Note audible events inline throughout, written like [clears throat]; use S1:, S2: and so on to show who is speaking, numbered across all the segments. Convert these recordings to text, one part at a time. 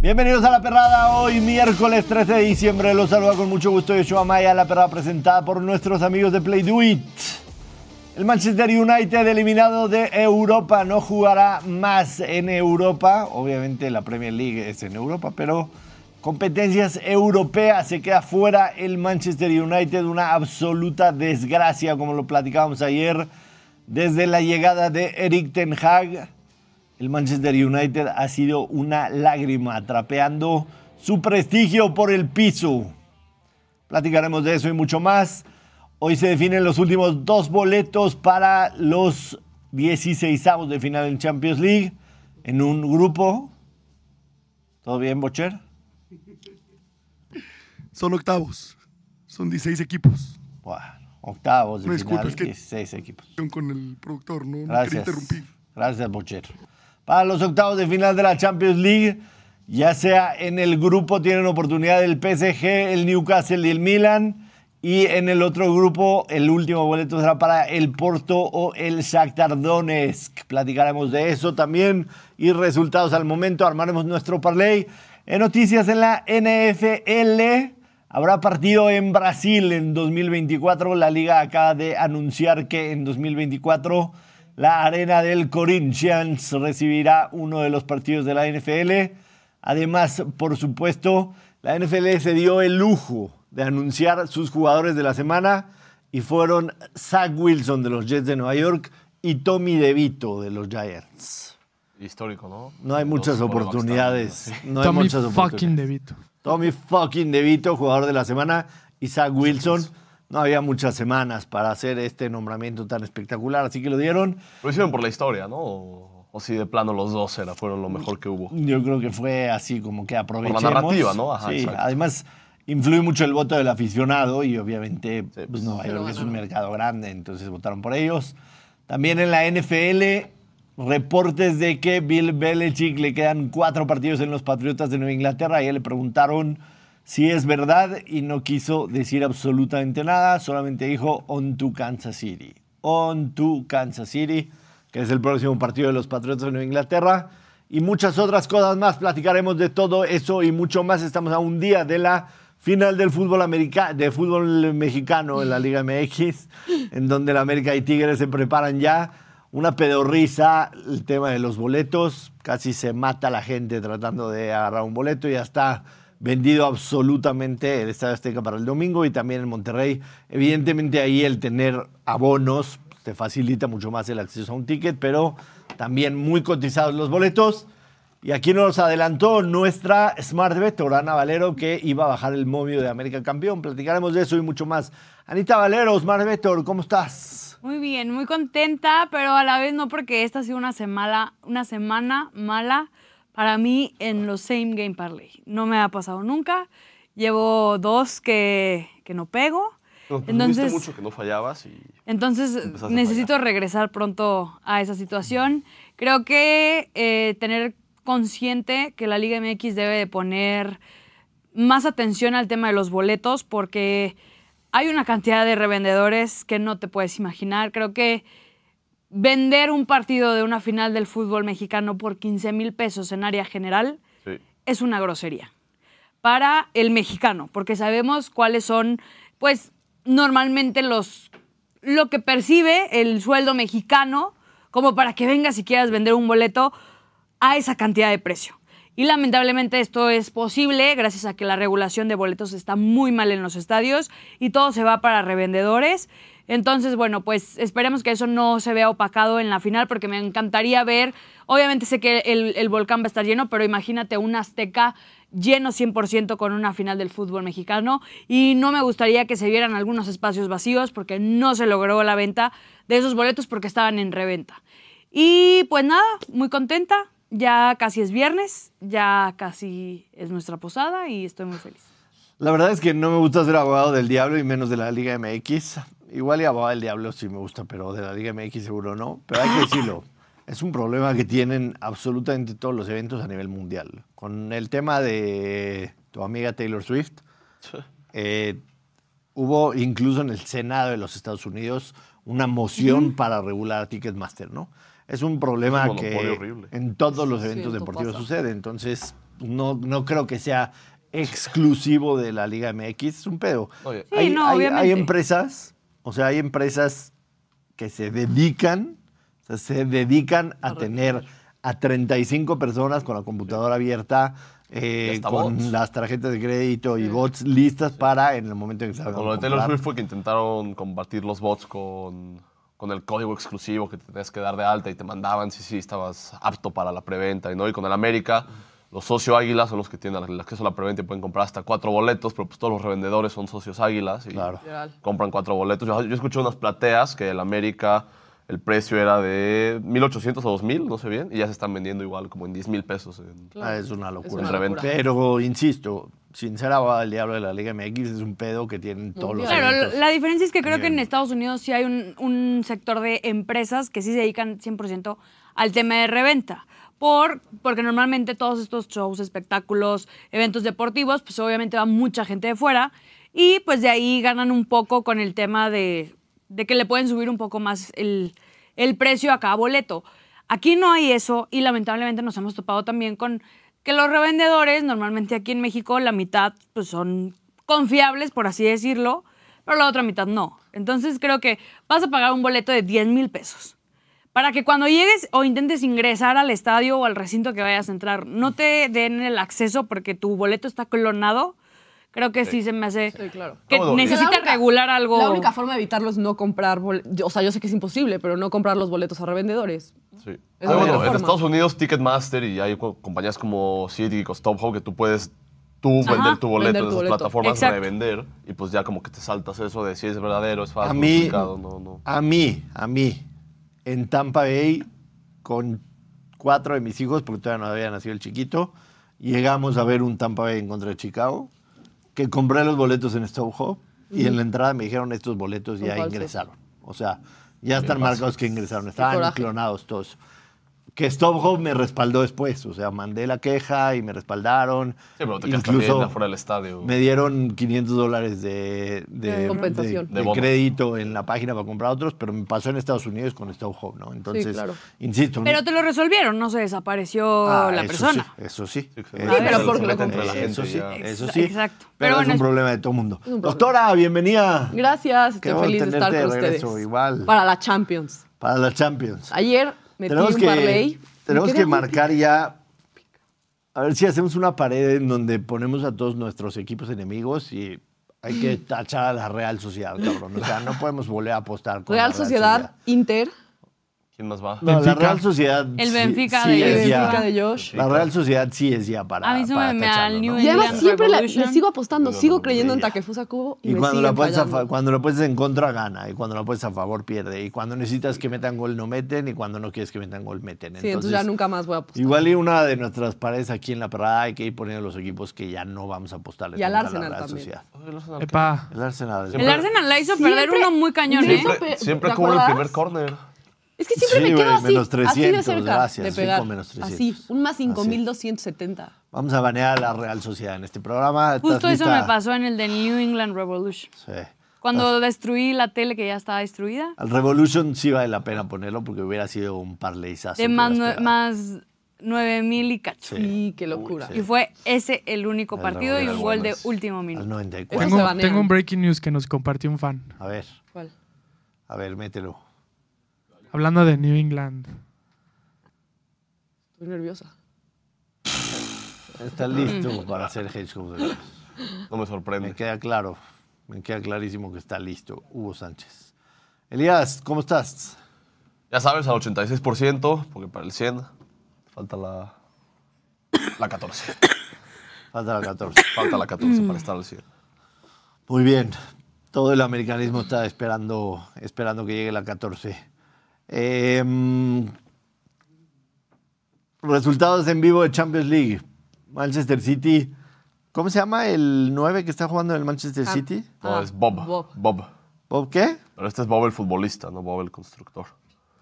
S1: Bienvenidos a La Perrada, hoy miércoles 13 de diciembre. Los saluda con mucho gusto Yeshua Maya, La Perrada presentada por nuestros amigos de Play Do It. El Manchester United eliminado de Europa no jugará más en Europa. Obviamente la Premier League es en Europa, pero competencias europeas se queda fuera el Manchester United. Una absoluta desgracia, como lo platicábamos ayer, desde la llegada de Eric Ten Hag. El Manchester United ha sido una lágrima, trapeando su prestigio por el piso. Platicaremos de eso y mucho más. Hoy se definen los últimos dos boletos para los 16 de final en Champions League en un grupo. ¿Todo bien, Bocher?
S2: Son octavos. Son 16 equipos.
S1: Bueno, octavos de
S2: Me
S1: final,
S2: disculpa, es que-
S1: 16 equipos.
S2: Con el productor, no, no quería
S1: Gracias.
S2: interrumpir.
S1: Gracias, Pocher. Para los octavos de final de la Champions League, ya sea en el grupo tienen oportunidad el PSG, el Newcastle y el Milan. Y en el otro grupo, el último boleto será para el Porto o el Shakhtar Donetsk. Platicaremos de eso también y resultados al momento. Armaremos nuestro parlay. En noticias en la NFL, Habrá partido en Brasil en 2024. La liga acaba de anunciar que en 2024 la arena del Corinthians recibirá uno de los partidos de la NFL. Además, por supuesto, la NFL se dio el lujo de anunciar sus jugadores de la semana y fueron Zach Wilson de los Jets de Nueva York y Tommy DeVito de los Giants.
S3: histórico, ¿no?
S1: No hay
S3: Los
S1: muchas
S3: quarterbacks
S1: oportunidades.
S3: también, sí.
S1: No hay
S4: Tommy
S1: muchas oportunidades.
S4: fucking DeVito.
S1: Tommy fucking DeVito, jugador de la semana. Isaac Wilson. No había muchas semanas para hacer este nombramiento tan espectacular, así que lo dieron.
S3: Lo hicieron por la historia, ¿no? O, o si de plano los dos era, fueron lo mejor que hubo.
S1: Yo creo que fue así como que aprovechemos.
S3: narrativa, ¿no? Ajá,
S1: sí,
S3: exacto.
S1: además influye mucho el voto del aficionado y obviamente
S3: Sí,
S1: pues,
S3: pues,
S1: Nueva
S5: lo
S1: York es un
S5: ganaron.
S1: mercado grande, entonces votaron por ellos. También en la NFL, reportes de que Bill Belichick le quedan cuatro partidos en los Patriotas de Nueva Inglaterra. Ayer le preguntaron si es verdad y no quiso decir absolutamente nada, solamente dijo on to Kansas City. On to Kansas City, que es el próximo partido de los Patriotas de Nueva Inglaterra. Y muchas otras cosas más, platicaremos de todo eso y mucho más. Estamos a un día de la Final del fútbol, america- de fútbol mexicano en la Liga MX, en donde la América y Tigres se preparan ya. Una pedorriza, el tema de los boletos. Casi se mata la gente tratando de agarrar un boleto. Ya está vendido absolutamente el Estadio Azteca para el domingo y también en Monterrey. Evidentemente ahí el tener abonos te facilita mucho más el acceso a un ticket, pero también muy cotizados los boletos. Y aquí nos adelantó nuestra Smart Bet, Orana Valero, que iba a bajar el momio de América Campeón. Platicaremos de eso y mucho más. Anita Valero, Smart Betor, ¿cómo estás?
S5: Muy bien, muy contenta, pero a la vez no porque esta ha sido una semana, una semana mala para mí en los Same Game Parlay. No me ha pasado nunca. Llevo dos que, que no pego.
S3: Pero tuviste
S5: Entonces,
S3: mucho que no fallabas y
S5: entonces
S3: Empezaste a
S5: necesito regresar pronto a esa situación. Creo que eh, tener consciente que la Liga MX debe de poner más atención al tema de los boletos porque hay una cantidad de revendedores que no te puedes imaginar. Creo que vender un partido de una final del fútbol mexicano por 15 mil pesos en área general
S3: sí,
S5: es una grosería para el mexicano, porque sabemos cuáles son, pues, normalmente los lo que percibe el sueldo mexicano, como para que vengas y quieras vender un boleto a esa cantidad de precio. Y lamentablemente esto es posible gracias a que la regulación de boletos está muy mal en los estadios y todo se va para revendedores. Entonces, bueno, pues esperemos que eso no se vea opacado en la final porque me encantaría ver, obviamente sé que el, el volcán va a estar lleno, pero imagínate un azteca lleno 100% con una final del fútbol mexicano y no me gustaría que se vieran algunos espacios vacíos porque no se logró la venta de esos boletos porque estaban en reventa. Y pues nada, muy contenta. Ya casi es viernes, ya casi es nuestra posada y estoy muy feliz.
S1: La verdad es que no me gusta ser abogado del diablo y menos de la Liga MX. Igual y abogado del diablo sí me gusta, pero de la Liga MX seguro no. Pero hay que decirlo, es un problema que tienen absolutamente todos los eventos a nivel mundial. Con el tema de tu amiga Taylor Swift, eh, hubo incluso en el Senado de los Estados Unidos una moción para regular a Ticketmaster, ¿no? Es un problema
S3: monopolio
S1: que
S3: horrible.
S1: en todos los eventos
S5: esto
S1: deportivos
S5: pasa.
S1: sucede. Entonces, no, no creo que sea exclusivo de la Liga MX, es un pedo.
S3: Oye.
S5: Sí, no, obviamente.
S1: hay empresas, o sea, hay empresas que se dedican, o sea, se dedican a tener a 35 personas con la computadora abierta, eh,
S3: Y hasta
S1: con
S3: bots.
S1: las tarjetas de crédito y bots listas para en el momento en que salgan.
S3: Con lo de Taylor Swift fue que intentaron combatir los bots con, con el código exclusivo que te tenías que dar de alta y te mandaban si sí, estabas apto para la preventa. ¿no? Y con el América, los socios águilas son los que tienen el acceso a la preventa y pueden comprar hasta cuatro boletos, pero pues todos los revendedores son socios águilas y
S1: Claro.
S5: Literal.
S3: compran cuatro boletos. Yo, yo escuché unas plateas que el América... El precio era de 1.800 o 2.000, no sé bien, y ya se están vendiendo igual como en 10.000 pesos. en-
S1: Ah, es una locura.
S3: una locura.
S1: Pero, insisto, sin ser abogado del diablo de la Liga MX, es un pedo que tienen todos los
S5: Claro,
S1: eventos.
S5: la diferencia es que creo que en Estados Unidos sí hay un, un sector de empresas que sí se dedican 100% al tema de reventa. Por, porque normalmente todos estos shows, espectáculos, eventos deportivos, pues obviamente va mucha gente de fuera y pues de ahí ganan un poco con el tema de, de que le pueden subir un poco más el, el precio a cada boleto. Aquí no hay eso y lamentablemente nos hemos topado también con que los revendedores, normalmente aquí en México la mitad pues son confiables, por así decirlo, pero la otra mitad no. Entonces creo que vas a pagar un boleto de 10 mil pesos para que cuando llegues o intentes ingresar al estadio o al recinto que vayas a entrar, no te den el acceso porque tu boleto está clonado. Creo que sí, se me hace
S4: Sí, claro.
S5: que
S3: Todo bien.
S5: necesita
S4: La única-
S5: regular algo.
S4: La única forma de evitarlo es no comprar bol- yo- O sea, yo sé que es imposible, pero no comprar los boletos a revendedores.
S3: Sí.
S4: Es
S3: Ah,
S4: la
S3: bueno,
S4: única
S3: en
S4: forma.
S3: Estados Unidos Ticketmaster y hay co- compañías como Citgicos, Top Hop que tú puedes tú
S5: Ajá,
S3: vender tu boleto
S4: vender
S3: en
S4: tu
S3: esas
S4: boleto.
S3: plataformas
S5: Exacto.
S3: revender y pues ya como que te saltas eso de si es verdadero, es falso,
S1: A mí,
S3: duplicado, no, no.
S1: a mí, a mí, en Tampa Bay, con cuatro de mis hijos, porque todavía no había nacido el chiquito, llegamos a ver un Tampa Bay en contra de Chicago, que compré los boletos en Hop y en la entrada me dijeron estos boletos
S4: Son
S1: ya
S4: falsos".
S1: ingresaron. O sea, ya están marcados que ingresaron, estaban
S4: coraje.
S1: clonados todos. Que Hop me respaldó después, o sea, mandé la queja y me respaldaron.
S3: Sí, pero te quedas también afuera del estadio.
S1: Me dieron 500 dólares de, de-
S4: De compensación.
S1: de-
S3: De
S1: de
S3: bono.
S1: crédito en la página para comprar otros, pero me pasó en Estados Unidos con Stop Home, ¿no? Entonces,
S4: claro.
S1: insisto.
S5: Pero
S1: no-
S5: te lo resolvieron, no se desapareció
S1: Ah,
S5: la
S1: eso
S5: persona.
S1: sí, eso sí. Eh,
S3: Sí,
S1: Eso
S3: claro.
S4: Sí, pero
S1: sí.
S4: porque lo
S1: Eso
S4: compró.
S1: Eso sí,
S3: Exacto.
S1: eso sí.
S5: Exacto.
S1: Pero,
S5: Pero
S1: es
S5: bueno,
S1: un
S5: es-
S1: problema de todo mundo.
S4: un problema.
S1: Doctora, bienvenida.
S4: Gracias,
S1: Qué
S4: estoy
S1: bueno
S4: feliz de estar
S1: tenerte
S4: con
S1: de regreso,
S4: ustedes.
S1: igual.
S4: Para la Champions.
S1: Para la Champions.
S4: Ayer metí
S1: tenemos
S4: un
S1: que,
S4: parlay.
S1: tenemos
S4: Me
S1: que
S4: quedé
S1: marcar ya. A ver si hacemos una pared en donde ponemos a todos nuestros equipos enemigos y hay
S4: [clears throat]
S1: que tachar a la Real Sociedad, cabrón. O sea, no podemos volver a apostar con
S4: Real
S1: la
S4: Sociedad, Inter.
S3: ¿Quién más va?
S1: No, la Real Sociedad.
S5: El
S1: sí-
S5: Benfica
S1: sí
S5: de-
S1: es
S4: El
S1: ya-
S4: Benfica de Josh.
S1: La Real Sociedad sí es ya para.
S5: A mí se me-
S1: para
S5: me
S1: tacharlo,
S5: al
S1: ¿no?
S5: New
S4: Y además
S5: England
S4: siempre la- le
S5: Revolution.
S4: sigo apostando,
S3: No, no,
S4: sigo
S3: no,
S4: creyendo en
S1: ella.
S4: Takefusa Kubo y,
S1: Y
S4: me
S1: cuando la,
S4: siguen
S1: pones a fa-
S4: fallando.
S1: cuando la pones en contra, gana. Y cuando la pones a favor, pierde. Y cuando necesitas que metan gol, no meten. Y cuando no quieres que metan gol, meten.
S4: Sí, entonces ya nunca más voy a
S5: pues,
S4: apostar.
S1: Igual y una de nuestras paredes aquí en la perrada hay que ir poniendo los equipos que ya no vamos a apostarle
S4: Y al
S1: nunca a
S4: Arsenal
S1: la Real
S4: también.
S1: Sociedad.
S3: Ay, el Arsenal.
S2: Epa.
S1: El Arsenal.
S5: El Arsenal la hizo perder
S4: Siempre-
S5: uno muy cañón, ¿eh?
S4: Siempre-
S3: Siempre,
S4: ¿te
S3: siempre cubre el
S4: acuerdas?
S3: primer corner.
S4: Es que siempre
S1: Sí,
S4: me quedo
S1: güey,
S4: así,
S1: menos
S4: así de
S1: 300,
S4: cerca
S1: gracias,
S4: de
S1: sí,
S4: pegar.
S1: con menos 300.
S4: Así, un más
S1: Así.
S4: 5270.
S1: Vamos a banear a la Real Sociedad en este programa. ¿Estás
S5: Justo eso
S1: lista?
S5: me pasó en el de New England Revolution.
S1: Sí.
S5: Cuando destruí la tele que ya estaba destruida,
S1: Al Revolution sí vale la pena ponerlo porque hubiera sido un parleizazo.
S5: de
S1: que
S5: más,
S1: hubieras
S5: nue-
S1: pegado.
S5: más 9 mil y cacho.
S4: Sí, qué locura.
S5: Y fue ese el único
S1: Al
S5: partido y
S1: Revolution.
S5: un gol de
S1: Buenas.
S5: último
S1: Al
S5: minuto.
S1: 94.
S4: Eso se
S2: Tengo,
S4: banean.
S2: tengo un breaking news que nos compartió un fan.
S1: A ver,
S4: ¿Cuál?
S1: a ver, mételo.
S2: Hablando de New England.
S4: Estoy nerviosa.
S1: Está
S5: Mm.
S1: listo para hacer Hedgehog. de los-
S3: No me sorprende.
S1: Me queda claro, me queda clarísimo que está listo Hugo Sánchez. Elías, ¿cómo estás?
S3: Ya sabes, al 86%, porque para el 100 falta la, la 14.
S1: Falta la 14.
S3: Falta la
S4: Mm.
S3: 14 para estar al 100.
S1: Muy bien. Todo el americanismo está esperando, esperando que llegue la 14. Em, resultados en vivo de Champions League. Manchester City. ¿Cómo se llama el 9 que está jugando en el Manchester City?
S3: No,
S4: Ah,
S3: es Bob.
S4: Bob.
S3: Bob.
S1: ¿Bob qué?
S3: Pero este es Bob el futbolista, no Bob el constructor.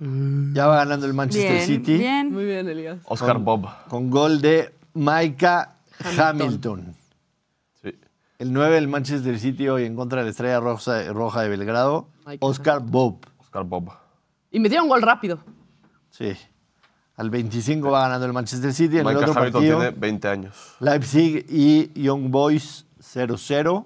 S1: Ya va ganando el Manchester
S5: Bien,
S1: City
S5: bien.
S4: Muy bien, Elías.
S3: Oscar Bob.
S1: con gol de Micah
S4: Hamilton.
S1: Hamilton.
S3: Sí.
S1: El 9 del Manchester City hoy en contra de la Estrella Roja, Roja de Belgrado.
S4: Micah
S1: Oscar Bob.
S3: Oscar Bob.
S4: Y metieron gol rápido.
S1: Sí. Al 25 va ganando el Manchester City. En el
S3: Micah
S1: otro
S3: Hamilton
S1: partido,
S3: tiene 20 años.
S1: Leipzig y Young Boys 0-0.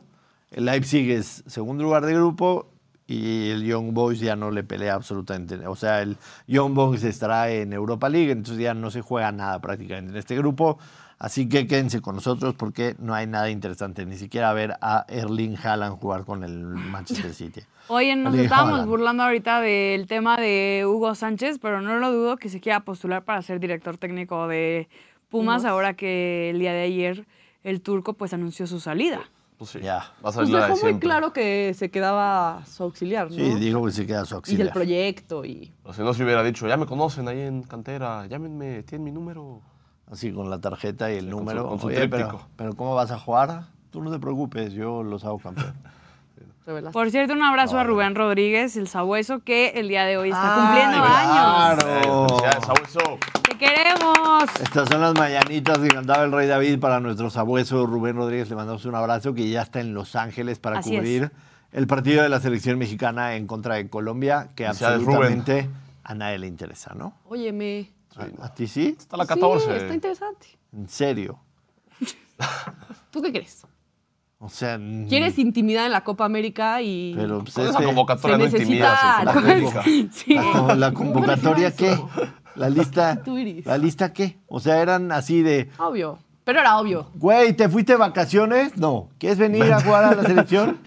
S1: El Leipzig es segundo lugar de grupo y el Young Boys ya no le pelea absolutamente. O sea, el Young Boys estará en Europa League, entonces ya no se juega nada prácticamente en este grupo. Así que quédense con nosotros porque no hay nada interesante, ni siquiera ver a Erling Haaland jugar con el Manchester
S4: [laughs]
S1: City.
S5: Oye, nos
S1: Erling
S5: estábamos
S1: Haaland.
S5: burlando ahorita del tema de Hugo Sánchez, pero no lo dudo que se quiera postular para ser director técnico de Pumas,
S4: Pumas.
S5: ahora que el día de ayer el turco pues anunció su salida.
S3: Pues sí.
S1: Ya.
S3: Vas a ver
S4: Pues
S3: la de
S4: dejó muy
S3: siempre.
S4: claro que se quedaba su auxiliar, ¿no?
S1: Sí, dijo que se queda su
S4: y
S1: auxiliar.
S4: el proyecto y...
S3: O si no se hubiera dicho, ya me conocen ahí en cantera, llámenme, tienen mi número.
S1: Así con la tarjeta y el
S3: con su-
S1: número.
S3: con su
S1: Oye, pero,
S3: tríptico.
S1: pero ¿cómo vas a jugar? Tú no te preocupes, yo los hago campeón.
S4: revelaste.
S5: Por cierto, un abrazo a Rubén Rodríguez, el sabueso, que el día de hoy [laughs] está cumpliendo
S1: Ay,
S5: años.
S1: claro.
S3: Eh, Felicidades, Sabueso.
S5: ¡Te queremos!
S1: Estas son las mañanitas que cantaba el Rey David para nuestro sabueso Rubén Rodríguez. Le mandamos un abrazo que ya está en Los Ángeles para
S5: Así es.
S1: cubrir el partido de la selección mexicana en contra de Colombia, que
S3: Felicidades, Rubén.
S1: absolutamente a nadie le interesa, ¿no?
S4: Óyeme.
S1: ¿A, a ti sí?
S3: Está la
S4: Sí,
S3: 14.
S4: está interesante.
S1: En serio.
S4: ¿Tú qué crees?
S1: O sea, mm,
S4: ¿Quieres intimidad en la Copa América y...?
S1: pero pues,
S3: Con esa
S1: este-
S3: convocatoria
S4: se
S3: no
S4: necesita-
S3: intimidas
S4: [laughs]
S3: en
S4: ¿no?
S3: América.
S5: Sí.
S1: La, co-
S5: [laughs]
S1: la convocatoria qué?
S4: eso.
S1: La lista.
S4: Tú iris.
S1: ¿La lista qué? O sea, eran así de,
S4: Obvio. Pero era obvio.
S1: güey, ¿te fuiste de vacaciones? No. ¿Quieres venir a jugar a la
S5: [laughs]
S1: selección?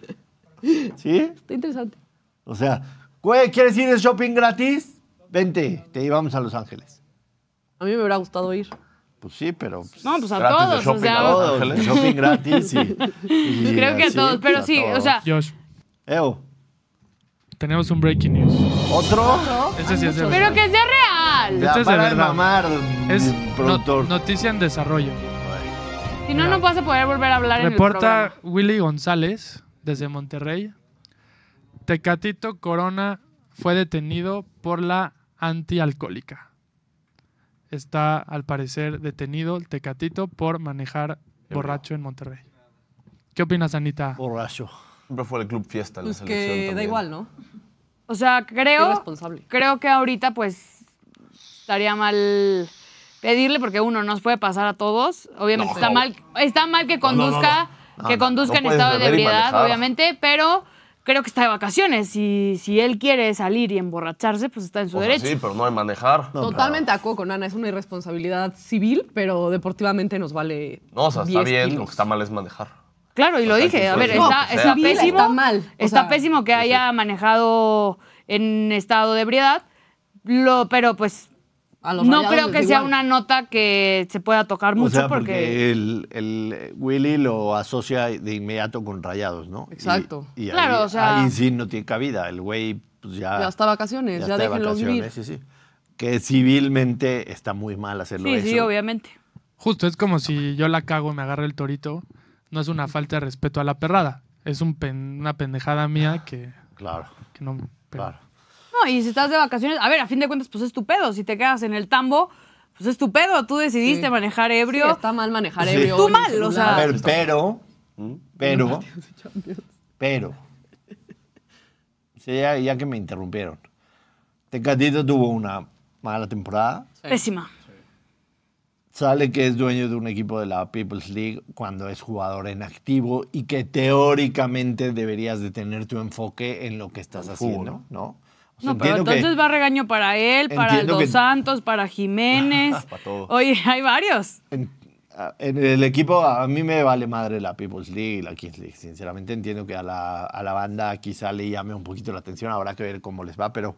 S1: ¿Sí?
S4: Está interesante.
S1: O sea, güey, ¿quieres ir de shopping gratis? Vente, te llevamos a Los Ángeles.
S4: A mí me hubiera gustado ir.
S1: Pues sí, pero pues,
S5: No, pues a
S3: Gratis de
S5: todos, o
S3: shopping,
S5: sea,
S3: a
S1: todos,
S3: Los Ángeles.
S1: shopping gratis y,
S5: [laughs]
S1: y
S5: creo que a
S1: así,
S5: todos, pero
S1: a
S5: sí, o
S1: todos.
S5: sea,
S2: Josh,
S1: Eo,
S2: tenemos un breaking news.
S1: ¿otro?
S2: Ese sí es de
S5: pero
S2: verdad.
S5: que sea real.
S1: Ya,
S2: Esto es de
S1: para de
S2: verdad.
S1: mamar,
S2: Es
S1: mm,
S2: no-
S1: productor.
S2: noticia en desarrollo.
S5: Si no, no vas a poder volver a hablar en el
S2: Reporta
S5: programa.
S2: Willy González desde Monterrey. Tecatito Corona fue detenido por la antialcohólica. Está al parecer detenido el Tecatito por manejar borracho en Monterrey. ¿Qué opinas, Anita?
S1: Borracho.
S3: Siempre fue el club fiesta en
S4: Pues
S3: la
S4: que
S3: selección
S4: da
S3: también.
S4: igual, ¿no?
S5: O sea, creo,
S4: Irresponsable.
S5: creo que ahorita pues estaría mal pedirle porque uno nos puede pasar a todos. Obviamente
S3: No,
S5: está
S3: no.
S5: mal, está mal que conduzca,
S3: no.
S5: que
S3: No, no,
S5: conduzca
S3: no
S5: en
S3: puedes
S5: estado de
S3: beber y
S5: ebriedad,
S3: manejar.
S5: obviamente, pero creo que está de vacaciones y si él quiere salir y emborracharse, pues está en su
S3: O sea,
S5: derecho.
S3: sí, pero no hay manejar.
S1: pues
S3: No,
S4: Totalmente acuerdo con Ana. Es una irresponsabilidad civil, pero deportivamente nos vale.
S3: o sea, está
S4: 10
S3: bien,
S4: kilos.
S3: lo que está mal es manejar.
S5: Claro, y lo
S3: O sea,
S5: dije.
S3: sí,
S5: A
S3: sí,
S5: ver,
S3: sí.
S5: está,
S3: No,
S5: está
S3: sí,
S5: pésimo.
S4: está mal, o
S5: está
S4: sea,
S5: pésimo que haya manejado en estado de ebriedad, lo, pero pues
S4: A los
S5: no
S4: rayados
S5: creo
S4: les
S5: que
S4: da
S5: sea
S4: igual.
S5: una nota que se pueda tocar mucho
S1: o sea, porque,
S5: porque...
S1: el, el eh, Willy lo asocia de inmediato con rayados, ¿no? Y-
S4: Exacto.
S1: Y, ahí-
S5: Claro, o sea-
S1: ahí sí no tiene cabida. El güey pues, ya...
S3: Ah,
S4: Ya está vacaciones, ya,
S1: está de
S4: déjenlos vivir.
S1: vacaciones, sí, sí. Que civilmente está muy mal hacerlo
S5: Sí,
S1: eso.
S5: sí, obviamente.
S2: Justo, es como si yo la cago y me agarro el torito. No es una falta de respeto a la perrada. Es un pen- una pendejada mía que,
S1: Claro,
S2: que no... pero-
S1: claro.
S5: No, y si estás de vacaciones, a ver, a fin de cuentas, pues es tu pedo. Si te quedas en el tambo, pues es tu pedo. Tú decidiste
S4: Sí.
S5: manejar
S4: Sí,
S5: ebrio.
S4: está mal manejar
S1: Sí.
S4: ebrio.
S5: Tú
S4: en el
S5: mal, o
S4: celular.
S1: A
S5: sea- ¿Mm?
S1: ver, pero, pero, pero, sí, ya, ya que me interrumpieron, Tecatito tuvo una mala temporada,
S5: Pésima.
S1: sale que es dueño de un equipo de la People's League cuando es jugador en activo y que teóricamente deberías de tener tu enfoque en lo que estás
S3: Al fútbol,
S1: haciendo, ¿no? O sea,
S5: No, pero
S1: Pues entiendo que-
S5: entonces va regaño para él, para el
S1: Entiendo
S5: Dos
S1: que-
S5: Santos, para Jiménez.
S1: [laughs]
S3: Para todos.
S5: Oye, hay varios.
S1: En, a- en el equipo a mí me vale madre la People's League y la Kings League. Sinceramente entiendo que a la, a la banda quizá le llame un poquito la atención, habrá que ver cómo les va, pero,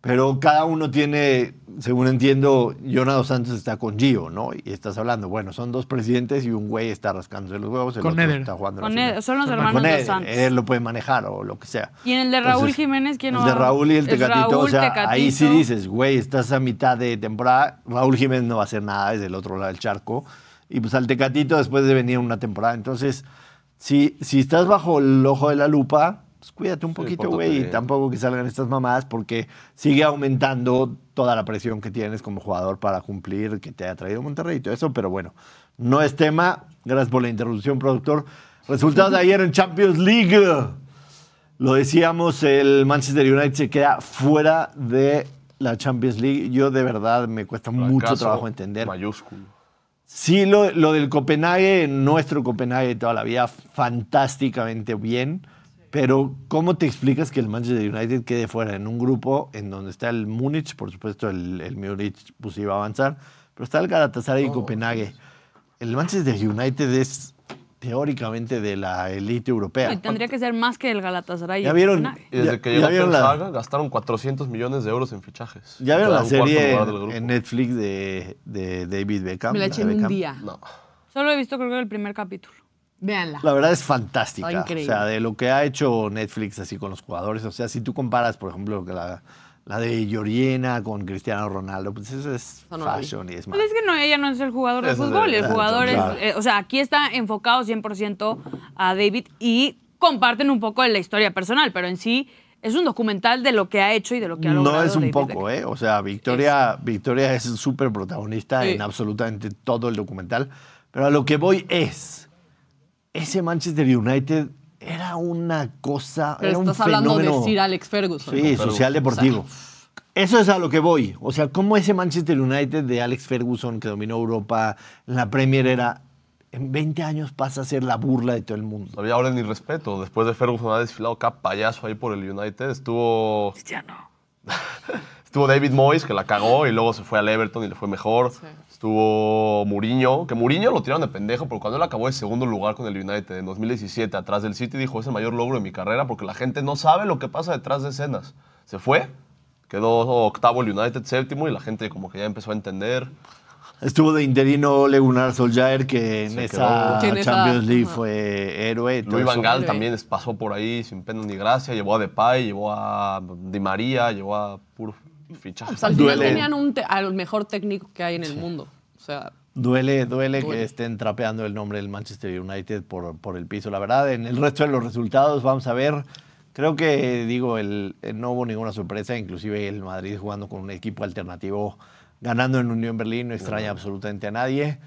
S1: pero cada uno tiene, según entiendo, Jonado Santos está con Gio, ¿no? Y estás hablando, bueno, son dos presidentes y un güey está rascándose los huevos, el
S2: Con
S1: otro
S2: Eder.
S1: está jugando la
S5: Con
S1: final.
S5: Eder, son los
S1: Con
S5: hermanos Dos
S1: Eder,
S5: Santos.
S1: Eder lo puede manejar o lo que sea.
S5: Y en el de Raúl
S1: Entonces,
S5: Jiménez, ¿quién no
S1: El de Raúl y el
S5: Es
S1: Tecatito, o
S5: Raúl,
S1: sea, ahí sí
S5: Tecatito.
S1: dices, güey, estás a mitad de temporada, Raúl Jiménez no va a hacer nada desde el otro lado del charco, y pues al Tecatito después de venir una temporada, entonces, si, si estás bajo el ojo de la lupa, pues cuídate un poquito,
S3: pórtate
S1: güey, y
S3: bien.
S1: tampoco que salgan estas mamadas, porque sigue aumentando toda la presión que tienes como jugador para cumplir, que te ha traído Monterrey y todo eso, pero bueno, no es tema, gracias por la interrupción, productor. Resultados de ayer en Champions League. Lo decíamos, el Manchester United se queda fuera de la Champions League, yo de verdad me cuesta mucho
S3: Fracaso
S1: trabajo entender.
S3: Mayúsculo.
S1: Sí, lo, lo del Copenhague, nuestro Copenhague toda la vida, fantásticamente bien. Pero, ¿cómo te explicas que el Manchester United quede fuera en un grupo en donde está el Múnich? Por supuesto, el, el Múnich pues iba a avanzar, pero está el Galatasaray y Copenhague. El Manchester United es teóricamente de la élite
S5: Y
S1: europea. [laughs]
S5: tendría que ser más que el Galatasaray. y
S1: ¿Ya
S5: el
S1: vieron?
S5: Copenhague.
S3: Y desde
S1: Ya-
S3: que
S1: ya
S3: llegó
S1: vieron
S3: Ten
S1: la-
S3: Hag, gastaron 400 millones de euros en fichajes.
S1: ¿Ya vieron la
S3: Quedaron cuarto
S1: serie
S3: lugar del
S1: en,
S3: grupo.
S1: en Netflix de, de David Beckham?
S4: Me la eché en un
S1: Beckham?
S4: día.
S3: No.
S5: Solo he visto creo que el primer capítulo.
S4: Véanla.
S1: La verdad es fantástica.
S4: Está increíble.
S1: O sea, de lo que ha hecho Netflix así con los jugadores. O sea, si tú comparas, por ejemplo, que la, la de Georgiana con Cristiano Ronaldo, pues eso es
S4: No, no la vi.
S1: fashion y es más.
S5: Pues es que no, ella no es el jugador de
S3: Ese es
S5: fútbol,
S3: el-
S5: el jugador es,
S1: Claro.
S5: eh, o sea, aquí está enfocado 100% a David y comparten un poco de la historia personal, pero en sí es un documental de lo que ha hecho y de lo que ha logrado.
S1: No es un
S5: David
S1: poco,
S5: Beckham.
S1: ¿eh? O sea, Victoria, Victoria es súper protagonista
S4: Sí.
S1: en absolutamente todo el documental. Pero a lo que voy es, ese Manchester United era una cosa,
S4: Pero
S1: era un
S4: estás hablando
S1: fenómeno.
S4: de Sir Alex Ferguson. Pues,
S1: Sí, social deportivo. Eso es a lo que voy. O sea, cómo ese Manchester United de Alex Ferguson que dominó Europa en la Premier era, en 20 años pasa a ser la burla de todo el mundo.
S3: No había orden ni respeto. Después de Ferguson ha desfilado cada payaso ahí por el United. Estuvo,
S5: Cristiano.
S3: estuvo David Moyes, que la cagó, y luego se fue al Everton y le fue mejor. Estuvo Mourinho, que Mourinho lo tiraron de pendejo, porque cuando él acabó de segundo lugar con el United en 2017, atrás del City, dijo, es el mayor logro de mi carrera, porque la gente no sabe lo que pasa detrás de escenas. Se fue, quedó octavo el United, séptimo, y la gente como que ya empezó a entender.
S1: Estuvo de interino Ole Gunnar Solskjaer, que en
S3: Se
S1: esa
S4: quedó. Que en esa-
S1: Champions League
S4: ajá.
S1: fue héroe. todo
S3: Luis Van
S1: eso.
S3: Gaal también es- pasó por ahí sin pena ni gracia, llevó a Depay, llevó a Di María, llevó a puro fichaje.
S4: Pues al final
S1: Duele.
S4: tenían un te- al mejor técnico que hay en el mundo. O sea,
S1: Duele, duele que
S4: Duele.
S1: estén trapeando el nombre del Manchester United por, por el piso. La verdad, en el resto de los resultados vamos a ver. Creo que, digo, el, eh, no hubo ninguna sorpresa. Inclusive el Madrid jugando con un equipo alternativo, ganando en Unión Berlín, no extraña absolutamente a nadie.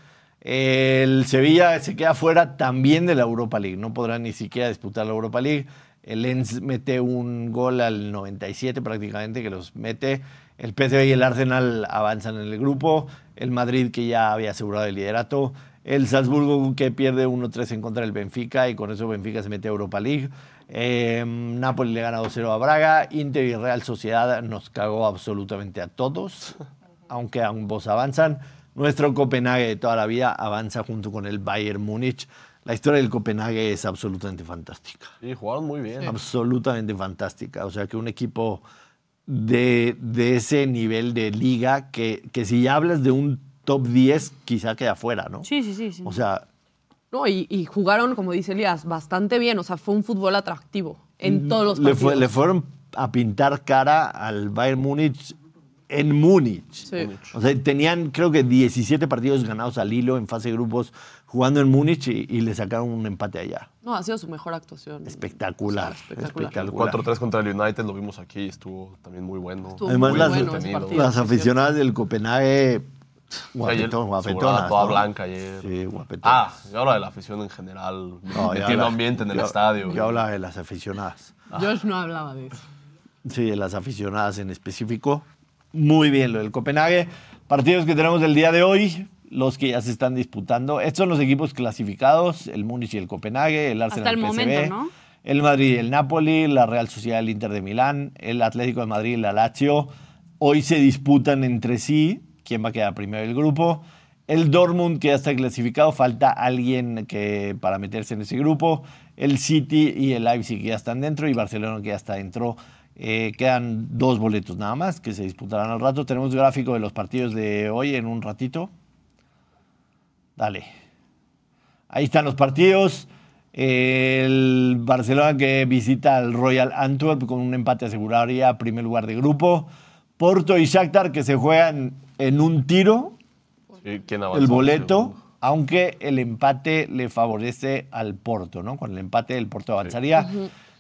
S1: El Sevilla se queda fuera también de la Europa League. No podrá ni siquiera disputar la Europa League. El Lens mete un gol al 97 prácticamente, que los mete. El PSV y el Arsenal avanzan en el grupo. El Madrid, que ya había asegurado el liderato. El Salzburgo, que pierde 1-3 en contra del Benfica. Y con eso Benfica se mete a Europa League. Eh, Napoli le gana 2-0 a Braga. Inter y Real Sociedad nos cagó absolutamente a todos aunque ambos avanzan. Nuestro Copenhague de toda la vida avanza junto con el Bayern Múnich. La historia del Copenhague es absolutamente fantástica.
S3: Sí, jugaron muy bien.
S1: Absolutamente fantástica. O sea, que un equipo de, de ese nivel de liga, que, que si ya hablas de un top 10, quizá queda fuera, ¿no?
S5: Sí, sí, sí, sí.
S1: O sea,
S4: no, y, y jugaron, como dice Elías, bastante bien. O sea, fue un fútbol atractivo en todos los
S1: le,
S4: partidos.
S1: fue- le fueron a pintar cara al Bayern Múnich en Múnich.
S4: Sí.
S1: O sea, tenían creo que 17 partidos ganados al hilo en fase de grupos jugando en Múnich y, y le sacaron un empate allá.
S4: No, ha sido su mejor actuación.
S1: Espectacular.
S4: O sea, espectacular.
S3: el 4-3 contra el United lo vimos aquí, estuvo también muy bueno.
S4: Estuvo
S1: Además,
S4: muy
S1: las,
S4: bueno ese partido,
S1: las
S4: sí, es
S1: aficionadas del Copenhague,
S3: O sea, ayer,
S1: guapetón,
S3: su
S1: guapetonas.
S3: grada toda
S1: ¿no?
S3: blanca ayer.
S1: Sí, guapetonas.
S3: Ah, y ahora de la afición en general,
S1: No, yo
S3: metiendo
S1: habla-
S3: ambiente en el
S1: yo-
S3: estadio.
S1: Yo hablaba de las aficionadas.
S4: Josh no hablaba de eso.
S1: Sí, de las aficionadas en específico. Muy bien lo del Copenhague. Partidos que tenemos del día de hoy, los que ya se están disputando. Estos son los equipos clasificados, el Múnich y el Copenhague, el Arsenal
S5: Hasta el
S1: PSV,
S5: momento, ¿no?
S1: el Madrid y el Napoli, la Real Sociedad el Inter de Milán, el Atlético de Madrid y la Lazio. Hoy se disputan entre sí quién va a quedar primero del grupo. El Dortmund que ya está clasificado, falta alguien que, para meterse en ese grupo. El City y el Leipzig que ya están dentro y Barcelona que ya está dentro. Eh, quedan dos boletos nada más que se disputarán al rato. Tenemos gráfico de los partidos de hoy en un ratito. Dale. Ahí están los partidos. El Barcelona que visita al Royal Antwerp con un empate aseguraría primer lugar de grupo. Porto y Shakhtar que se juegan en un tiro
S3: Sí, ¿quién avanzó?
S1: el boleto,
S3: Segundo.
S1: aunque el empate le favorece al Porto, ¿no? Con el empate el Porto avanzaría.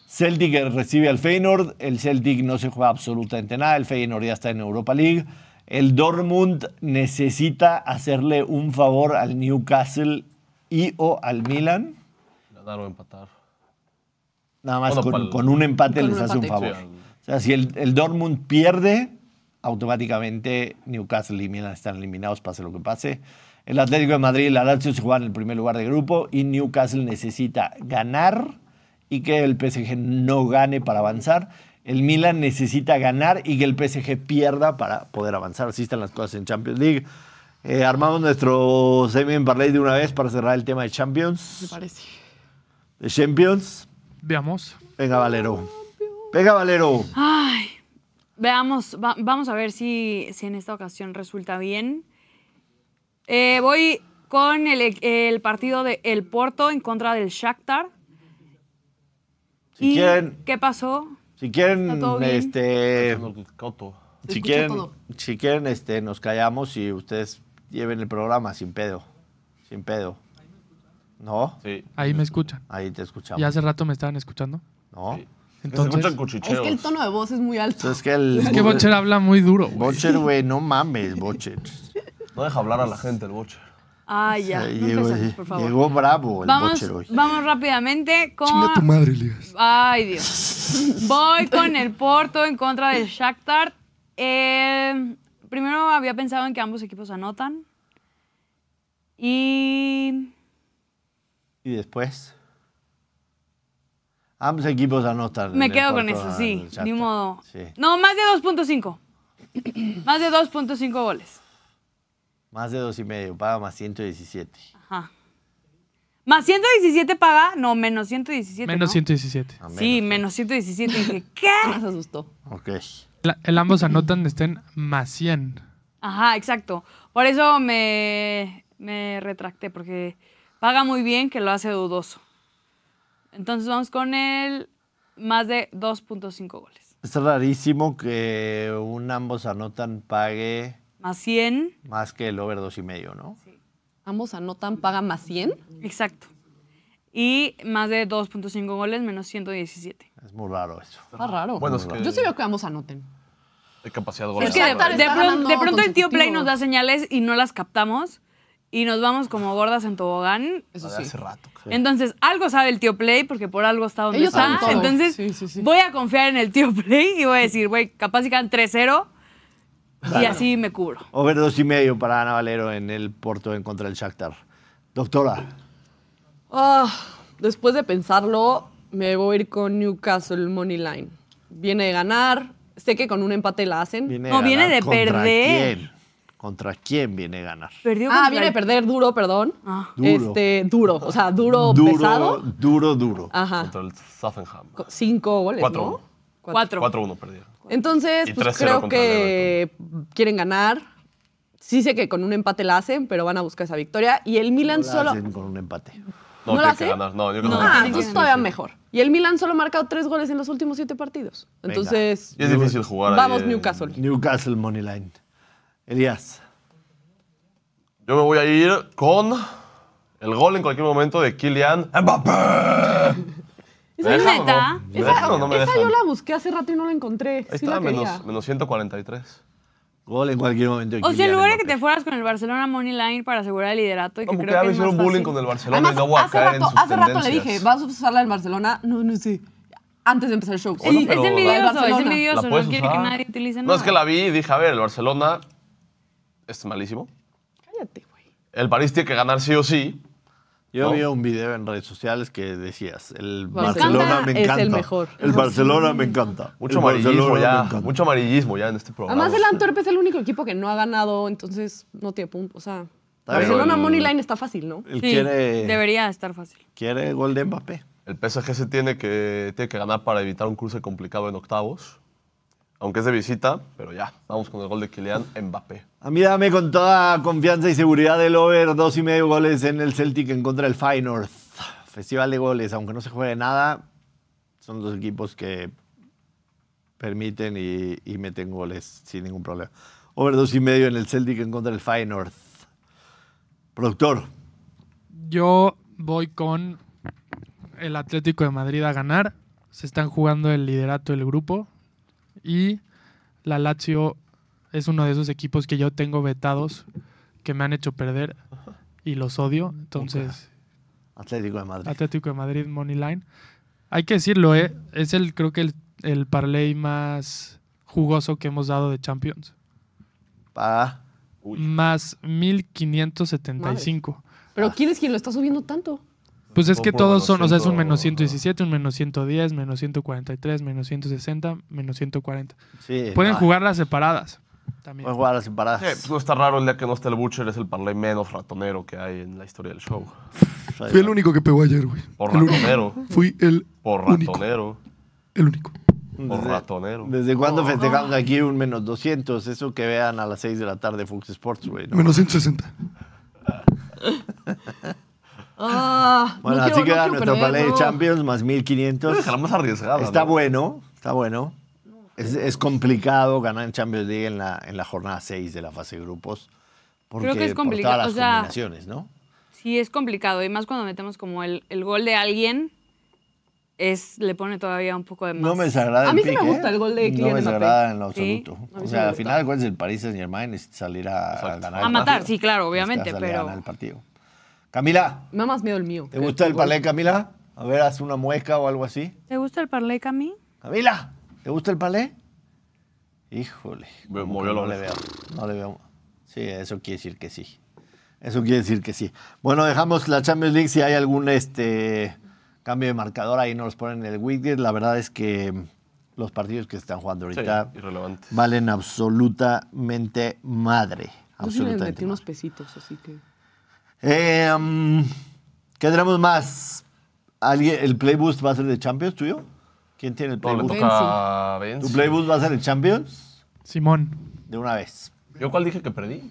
S1: Celtic que recibe al Feyenoord, el Celtic no se juega absolutamente nada, el Feyenoord ya está en Europa League. El Dortmund necesita hacerle un favor al Newcastle y o al Milan.
S3: Ganar o empatar.
S1: Nada más
S3: Bueno,
S1: con,
S3: pa'l-
S1: con un empate
S4: Con
S1: les
S4: un
S1: hace un
S4: empate.
S1: favor.
S3: Sí, al-
S1: O sea, si el, el Dortmund pierde, automáticamente Newcastle y Milan están eliminados, pase lo que pase. El Atlético de Madrid y la Lazio se juegan en el primer lugar de grupo y Newcastle necesita ganar y que el PSG no gane para avanzar. El Milan necesita ganar y que el PSG pierda para poder avanzar. Así están las cosas en Champions League. Eh, armamos nuestro semi en parlay de una vez para cerrar el tema de
S4: me
S1: Champions.
S4: parece.
S1: De Champions.
S2: Veamos.
S1: Venga, Valero. Venga, Valero.
S5: Ay, veamos, va- vamos a ver si, si en esta ocasión resulta bien. Eh, voy con el, e- el partido de El Porto en contra del Shakhtar.
S1: Si
S5: ¿Y
S1: quieren-
S5: qué pasó?
S1: Si quieren,
S5: Está todo bien.
S1: este.
S3: Coto.
S1: Si
S4: Escucho
S1: quieren,
S4: todo.
S1: si quieren este, nos callamos y ustedes lleven el programa sin pedo. Sin pedo. ¿No?
S3: Sí.
S2: Ahí me escuchan.
S1: Ahí te escuchamos.
S2: Ya hace rato me estaban escuchando.
S1: ¿No?
S3: Sí.
S2: Entonces-
S3: Se escuchan cuchicheos.
S4: Es que el tono de voz es muy alto. [laughs]
S1: Entonces que el.
S2: Es que Bocher habla muy duro. güey.
S1: Bocher, güey, no mames, Bocher.
S3: No deja hablar a la gente el boche.
S5: Ay, ya. no
S1: llegó, eh,
S5: empecemos, por favor.
S1: llegó bravo el
S5: Vamos,
S1: Bocher hoy.
S5: vamos rápidamente con...
S6: Chinga tu madre, Elías.
S5: Ay, Dios. Voy con el Porto en contra del Shakhtar. Eh, primero había pensado en que ambos equipos anotan. Y
S1: Y después. Ambos equipos anotan.
S5: me
S1: en el
S5: quedo con
S1: cuarto
S5: eso,
S1: al
S5: sí.
S1: Shakhtar.
S5: Ni modo.
S1: Sí.
S5: No, más de 2.5. más de 2.5 goles.
S1: Más de dos y medio, paga más 117.
S5: Ajá. Más 117 paga. No, menos 117.
S2: Menos
S5: ¿no?
S2: 117.
S1: A
S5: Sí, menos 117. Dije, ¿qué?
S4: Nos asustó.
S1: Ok.
S2: La- el ambos anotan estén más 100.
S5: Ajá, exacto. Por eso me, me retracté, porque paga muy bien que lo hace dudoso. Entonces vamos con el más de 2.5 goles.
S1: Es rarísimo que un ambos anotan pague
S5: Más 100.
S1: más que el over dos y medio, ¿no?
S4: Ambos anotan, pagan más 100.
S5: Exacto. Y más de 2.5 goles, menos 117.
S1: Es muy raro eso.
S4: Está raro.
S3: Bueno, es que-
S4: Yo sí veo que ambos anoten.
S3: Hay capacidad
S5: Es
S3: goleadora.
S5: que de,
S4: Shakhtar
S5: de
S4: está
S5: pron-
S4: ganando
S5: de pronto el tío
S4: consecutivo.
S5: Play nos da señales y no las captamos y nos vamos como gordas en tobogán.
S4: Eso
S3: de
S4: sí.
S3: hace rato. cabrón.
S5: Entonces, algo sabe el tío Play porque por algo está donde
S4: Ellos
S5: está.
S4: saben todo.
S5: Entonces,
S4: Sí, sí, sí.
S5: voy a confiar en el tío Play y voy a decir, güey, capaz que quedan 3-0 y así me cubro.
S1: Over dos y medio para Ana Valero en el Porto en contra del Shakhtar. Doctora,
S4: Ah, después de pensarlo, me voy a ir con Newcastle Money Line. Viene de ganar. Sé que con un empate la hacen.
S1: viene
S5: No,
S1: a
S5: viene
S1: ganar.
S5: de
S1: ¿Contra
S5: perder.
S1: Quién? ¿Contra quién viene a ganar?
S5: Perdió
S4: ah,
S5: contra
S4: viene de
S5: el-
S4: perder duro, perdón.
S5: Ah.
S1: Duro.
S4: Este, duro. O sea, duro,
S1: Duro,
S4: pesado.
S1: duro, duro.
S5: Ah,
S4: Ajá.
S3: Contra el Southampton.
S4: Co- Cinco goles,
S3: Cuatro.
S4: ¿no?
S5: Cuatro.
S3: 4-1 perdieron.
S4: Entonces,
S3: Y
S4: pues
S3: 3-0
S4: creo
S3: contra el
S4: que quieren ganar. Sí sé que con un empate la hacen, pero van a buscar esa victoria. Y el Milan
S1: No la
S4: solo...
S1: hacen con un empate.
S3: No,
S4: ¿No
S3: tiene
S4: la
S3: que
S4: hace?
S3: ganar. No, yo creo que
S5: No.
S3: tiene que
S4: Ah,
S3: ganar,
S4: entonces
S3: sí,
S4: todavía
S3: sí.
S4: mejor. Y el Milan solo ha marcado tres goles en los últimos siete partidos.
S1: Venga.
S4: Entonces,
S3: Y es difícil jugar ahí
S4: vamos
S3: en-
S4: Newcastle.
S1: Newcastle money line. Elías,
S3: Yo me voy a ir con el gol en cualquier momento de Kylian Mbappé.
S4: [laughs]
S3: ¿Me
S5: ¿Es
S3: dejan o
S5: neta?
S3: no? ¿Me dejan o no me
S4: Esa
S3: dejan?
S4: yo la busqué hace rato y no la encontré.
S3: Ahí
S4: Sí
S3: está,
S4: la quería.
S3: menos, menos 143.
S1: gol en cualquier momento. de
S5: O sea,
S1: Kylian
S5: en lugar de que
S1: Mbappé.
S5: te fueras con el Barcelona Money Line para asegurar el liderato y que
S3: No, porque
S5: creo
S3: ya
S5: que
S3: me
S5: es más
S3: hicieron bullying
S5: fácil.
S3: con el Barcelona
S4: Además,
S3: y no voy a
S4: hace,
S3: caer en
S4: rato,
S3: sus
S4: hace rato le
S3: tendencias.
S4: dije, vas a usar la del Barcelona. No, no sé. Antes de empezar el show.
S3: Bueno,
S5: Sí,
S3: pero-
S5: es
S4: La del
S5: envidioso, es
S4: Barcelona.
S5: envidioso.
S3: La
S5: No
S3: puedes
S5: quiere que
S3: usar.
S5: nadie utilice
S3: No,
S5: nada.
S3: es que la vi y dije, a ver, el Barcelona es malísimo.
S4: Cállate, güey.
S3: El París tiene que ganar sí o sí.
S1: Yo
S3: ¿No?
S1: vi un video en redes sociales que decías, el
S4: Barcelona
S1: Barcelona me
S4: es
S1: encanta.
S4: el mejor.
S1: El Barcelona me encanta.
S3: Mucho
S1: el
S3: amarillismo
S1: Barcelona me
S3: ya.
S1: encanta.
S3: Mucho amarillismo ya en este programa.
S4: Además, el Antwerp es el único equipo que no ha ganado, entonces no tiene punto. O sea,
S1: bien,
S4: Barcelona
S3: el-
S4: Money Line está fácil, ¿no?
S1: Él
S5: Sí,
S1: quiere,
S5: debería estar fácil.
S1: quiere el gol de Mbappé.
S3: El PSG se tiene que, tiene que ganar para evitar un cruce complicado en octavos. Aunque es de visita, pero ya. Vamos con el gol de Kylian Mbappé.
S1: A mí dame con toda confianza y seguridad el over dos y medio goles en el Celtic en contra del Feyenoord. Festival de goles, aunque no se juegue nada, son dos equipos que permiten y, y meten goles sin ningún problema. Over dos y medio en el Celtic en contra del Feyenoord. Productor,
S2: Yo voy con el Atlético de Madrid a ganar. Se están jugando el liderato del grupo. Y la Lazio es uno de esos equipos que yo tengo vetados que me han hecho perder y los odio. Entonces,
S1: Atlético de Madrid.
S2: Atlético de Madrid, Money Line. Hay que decirlo, ¿eh? es el, creo que el, el parlay más jugoso que hemos dado de Champions.
S1: Pa.
S3: Uy.
S2: Más 1575.
S4: Pero ¿quién es quien lo está subiendo tanto?
S2: Pues es que
S3: Por
S2: todos son, o sea, es un
S3: 100,
S2: menos 117, un menos 110, menos 143, menos 160, menos 140.
S1: Sí.
S2: Pueden
S1: pa.
S2: jugarlas separadas también.
S1: Pueden jugar a las
S3: Sí, pues no está raro el día que no está el Butcher, es el parlay menos ratonero que hay en la historia del show.
S6: Fui el único que pegó ayer, güey.
S3: Por
S6: El único.
S3: ratonero.
S6: Fui el
S3: Por
S6: único.
S3: ratonero.
S6: El único.
S3: Por ratonero.
S1: ¿Desde cuándo festejamos aquí un menos 200? Eso que vean a las 6 de la tarde Fox Sports, güey. ¿no?
S6: Menos 160.
S4: Ah,
S1: Bueno,
S4: no
S1: así
S4: quiero- no
S1: queda
S4: quiero
S1: nuestro
S4: perder,
S1: parlay de
S4: no.
S1: Champions más
S3: Creo
S1: 1500.
S3: que la más arriesgada.
S1: Está
S3: ¿no?
S1: bueno, está bueno. Es, es complicado ganar en Champions League en la, en la jornada 6 de la fase de grupos. Porque
S5: Creo que es
S1: por
S5: complicado,
S1: todas las
S5: o sea-
S1: combinaciones, ¿no?
S5: Sí, es complicado. Y más cuando metemos como el, el gol de alguien, es, le pone todavía un poco de más.
S1: No me desagrada
S4: A
S1: el
S4: mí sí me
S1: pick,
S4: gusta
S1: ¿eh?
S4: el gol de
S1: No
S4: Kylian
S1: me
S4: Mbappé.
S1: desagrada en lo
S5: Sí,
S1: absoluto.
S4: a mí
S1: o
S4: sí
S1: sea,
S4: me
S1: al
S4: gusta.
S1: final, ¿cuál es el Paris Saint-Germain? Es salir a, a ganar. el
S5: A matar,
S1: partido.
S5: sí, claro,
S1: Tienes que
S5: obviamente,
S1: salir a
S5: pero-
S1: ganar el partido. Camila,
S4: Me da más miedo el mío.
S1: ¿te gusta el palé, Camila? A ver, haz una mueca o algo así.
S5: ¿Te gusta el parlay, Cami?
S1: Camila, ¿te gusta el palé? Híjole.
S3: Me
S1: como
S3: movió
S1: que
S3: la
S1: no le veo.
S3: oreja.
S1: No le veo. Sí, eso quiere decir que sí. Eso quiere decir que sí. Bueno, dejamos la Champions League. Si hay algún este, cambio de marcador, ahí nos ponen en el widget. La verdad es que mm, los partidos que están jugando
S3: Sí,
S1: ahorita
S3: irrelevante.
S1: valen absolutamente madre.
S4: Yo sí le
S1: Absolutamente
S4: metí unos
S1: madre.
S4: pesitos, así que...
S1: Eh, mm, ¿Qué tenemos más? ¿Alguien, ¿El Playboost va a ser de Champions tuyo? ¿Quién tiene el
S3: No, le
S1: Playboost?
S3: toca a
S1: ¿Tu
S3: Benz.
S1: Playboost va a ser de Champions?
S2: Simón,
S1: De una vez.
S3: ¿Yo cuál dije que perdí?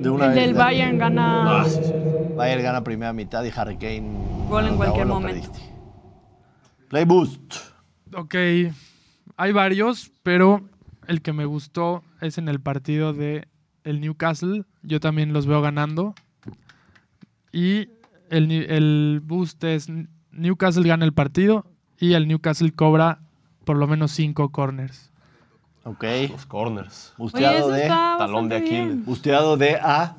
S1: De una vez. dale.
S5: Del Bayern gana.
S3: Ah, sí, sí.
S1: Bayern gana primera mitad y Harry Kane.
S5: Gol en
S1: anota,
S5: cualquier
S1: lo
S5: momento.
S1: perdiste. Play Boost.
S2: ok. Hay varios, pero el que me gustó es en el partido de el Newcastle. Yo también los veo ganando. Y el, ni- el boost es Newcastle gana el partido y el Newcastle cobra por lo menos cinco corners.
S1: Ok.
S3: Los corners.
S5: Oye,
S1: Busteado
S5: eso
S1: de.
S5: está
S3: Talón de
S5: bastante
S3: Aquiles.
S5: bien.
S1: Busteado de A.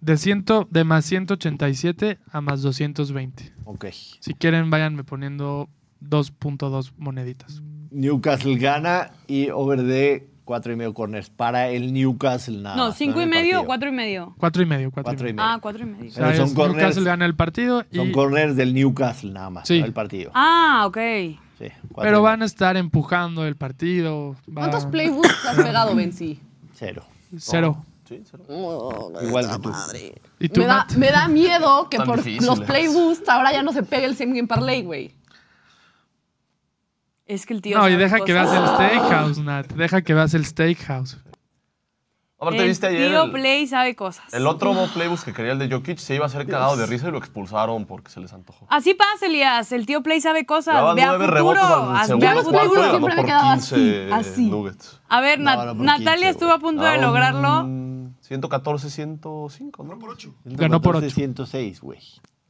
S2: De, ciento, de más 187 a más 220.
S1: Ok.
S2: Si quieren, váyanme poniendo 2.2 moneditas.
S1: Newcastle gana y over de cuatro y medio corners para el Newcastle nada.
S5: No,
S1: más,
S5: cinco
S1: en
S5: y
S1: el
S5: medio o
S1: partido.
S5: cuatro y medio.
S2: Cuatro y medio, cuatro,
S1: Cuatro
S2: y
S1: y
S2: medio.
S1: medio.
S5: Ah, cuatro y medio.
S2: O sea,
S1: Pero son
S2: es
S1: corners.
S2: Newcastle gana el partido y-
S1: Son corners del Newcastle nada más.
S2: Sí.
S1: no el partido.
S5: Ah, ok.
S1: Sí, cuatro y
S2: pero van
S1: medio.
S2: a estar empujando el partido. va-
S4: ¿Cuántos playbooks has pegado, Benzi?
S1: Cero.
S2: Cero.
S3: Sí, cero.
S4: Oh,
S1: Igual que tú.
S2: ¿Y tú,
S4: Me da,
S2: Matt?
S4: me da miedo que
S3: Tan
S4: por
S3: difíciles.
S4: los playbooks ahora ya no se pegue el same game parlay, güey.
S5: Es que el tío.
S2: No, y
S5: sabe
S2: deja que
S5: cosas.
S2: veas el steakhouse, Nat. Deja que veas el steakhouse.
S3: Aparte,
S5: El
S3: viste ayer.
S5: Tío
S3: el-
S5: Play sabe cosas.
S3: El otro playbus que quería el de Jokic se iba a hacer cagado de risa y lo expulsaron porque se les antojó.
S5: Así pasa, Elías. El tío Play sabe cosas.
S3: Llevaban
S5: Ve a
S3: nueve
S5: futuro.
S3: rebotes al
S5: Haz- Ve a
S3: segundo
S4: Veamos
S3: cuarto y
S4: futuro,
S5: futuro.
S3: ganó
S4: siempre me
S3: por
S4: quedaba
S3: 15
S4: así, así.
S3: Nuggets. Ah,
S5: A ver,
S1: No,
S5: Nat-
S1: no, por
S5: Natalia
S1: 15,
S5: estuvo a punto de
S3: Ganaron
S5: lograrlo.
S3: 114, 105, ¿no? por 8.
S2: Ganó por
S1: 114,
S2: ocho.
S1: 106, güey.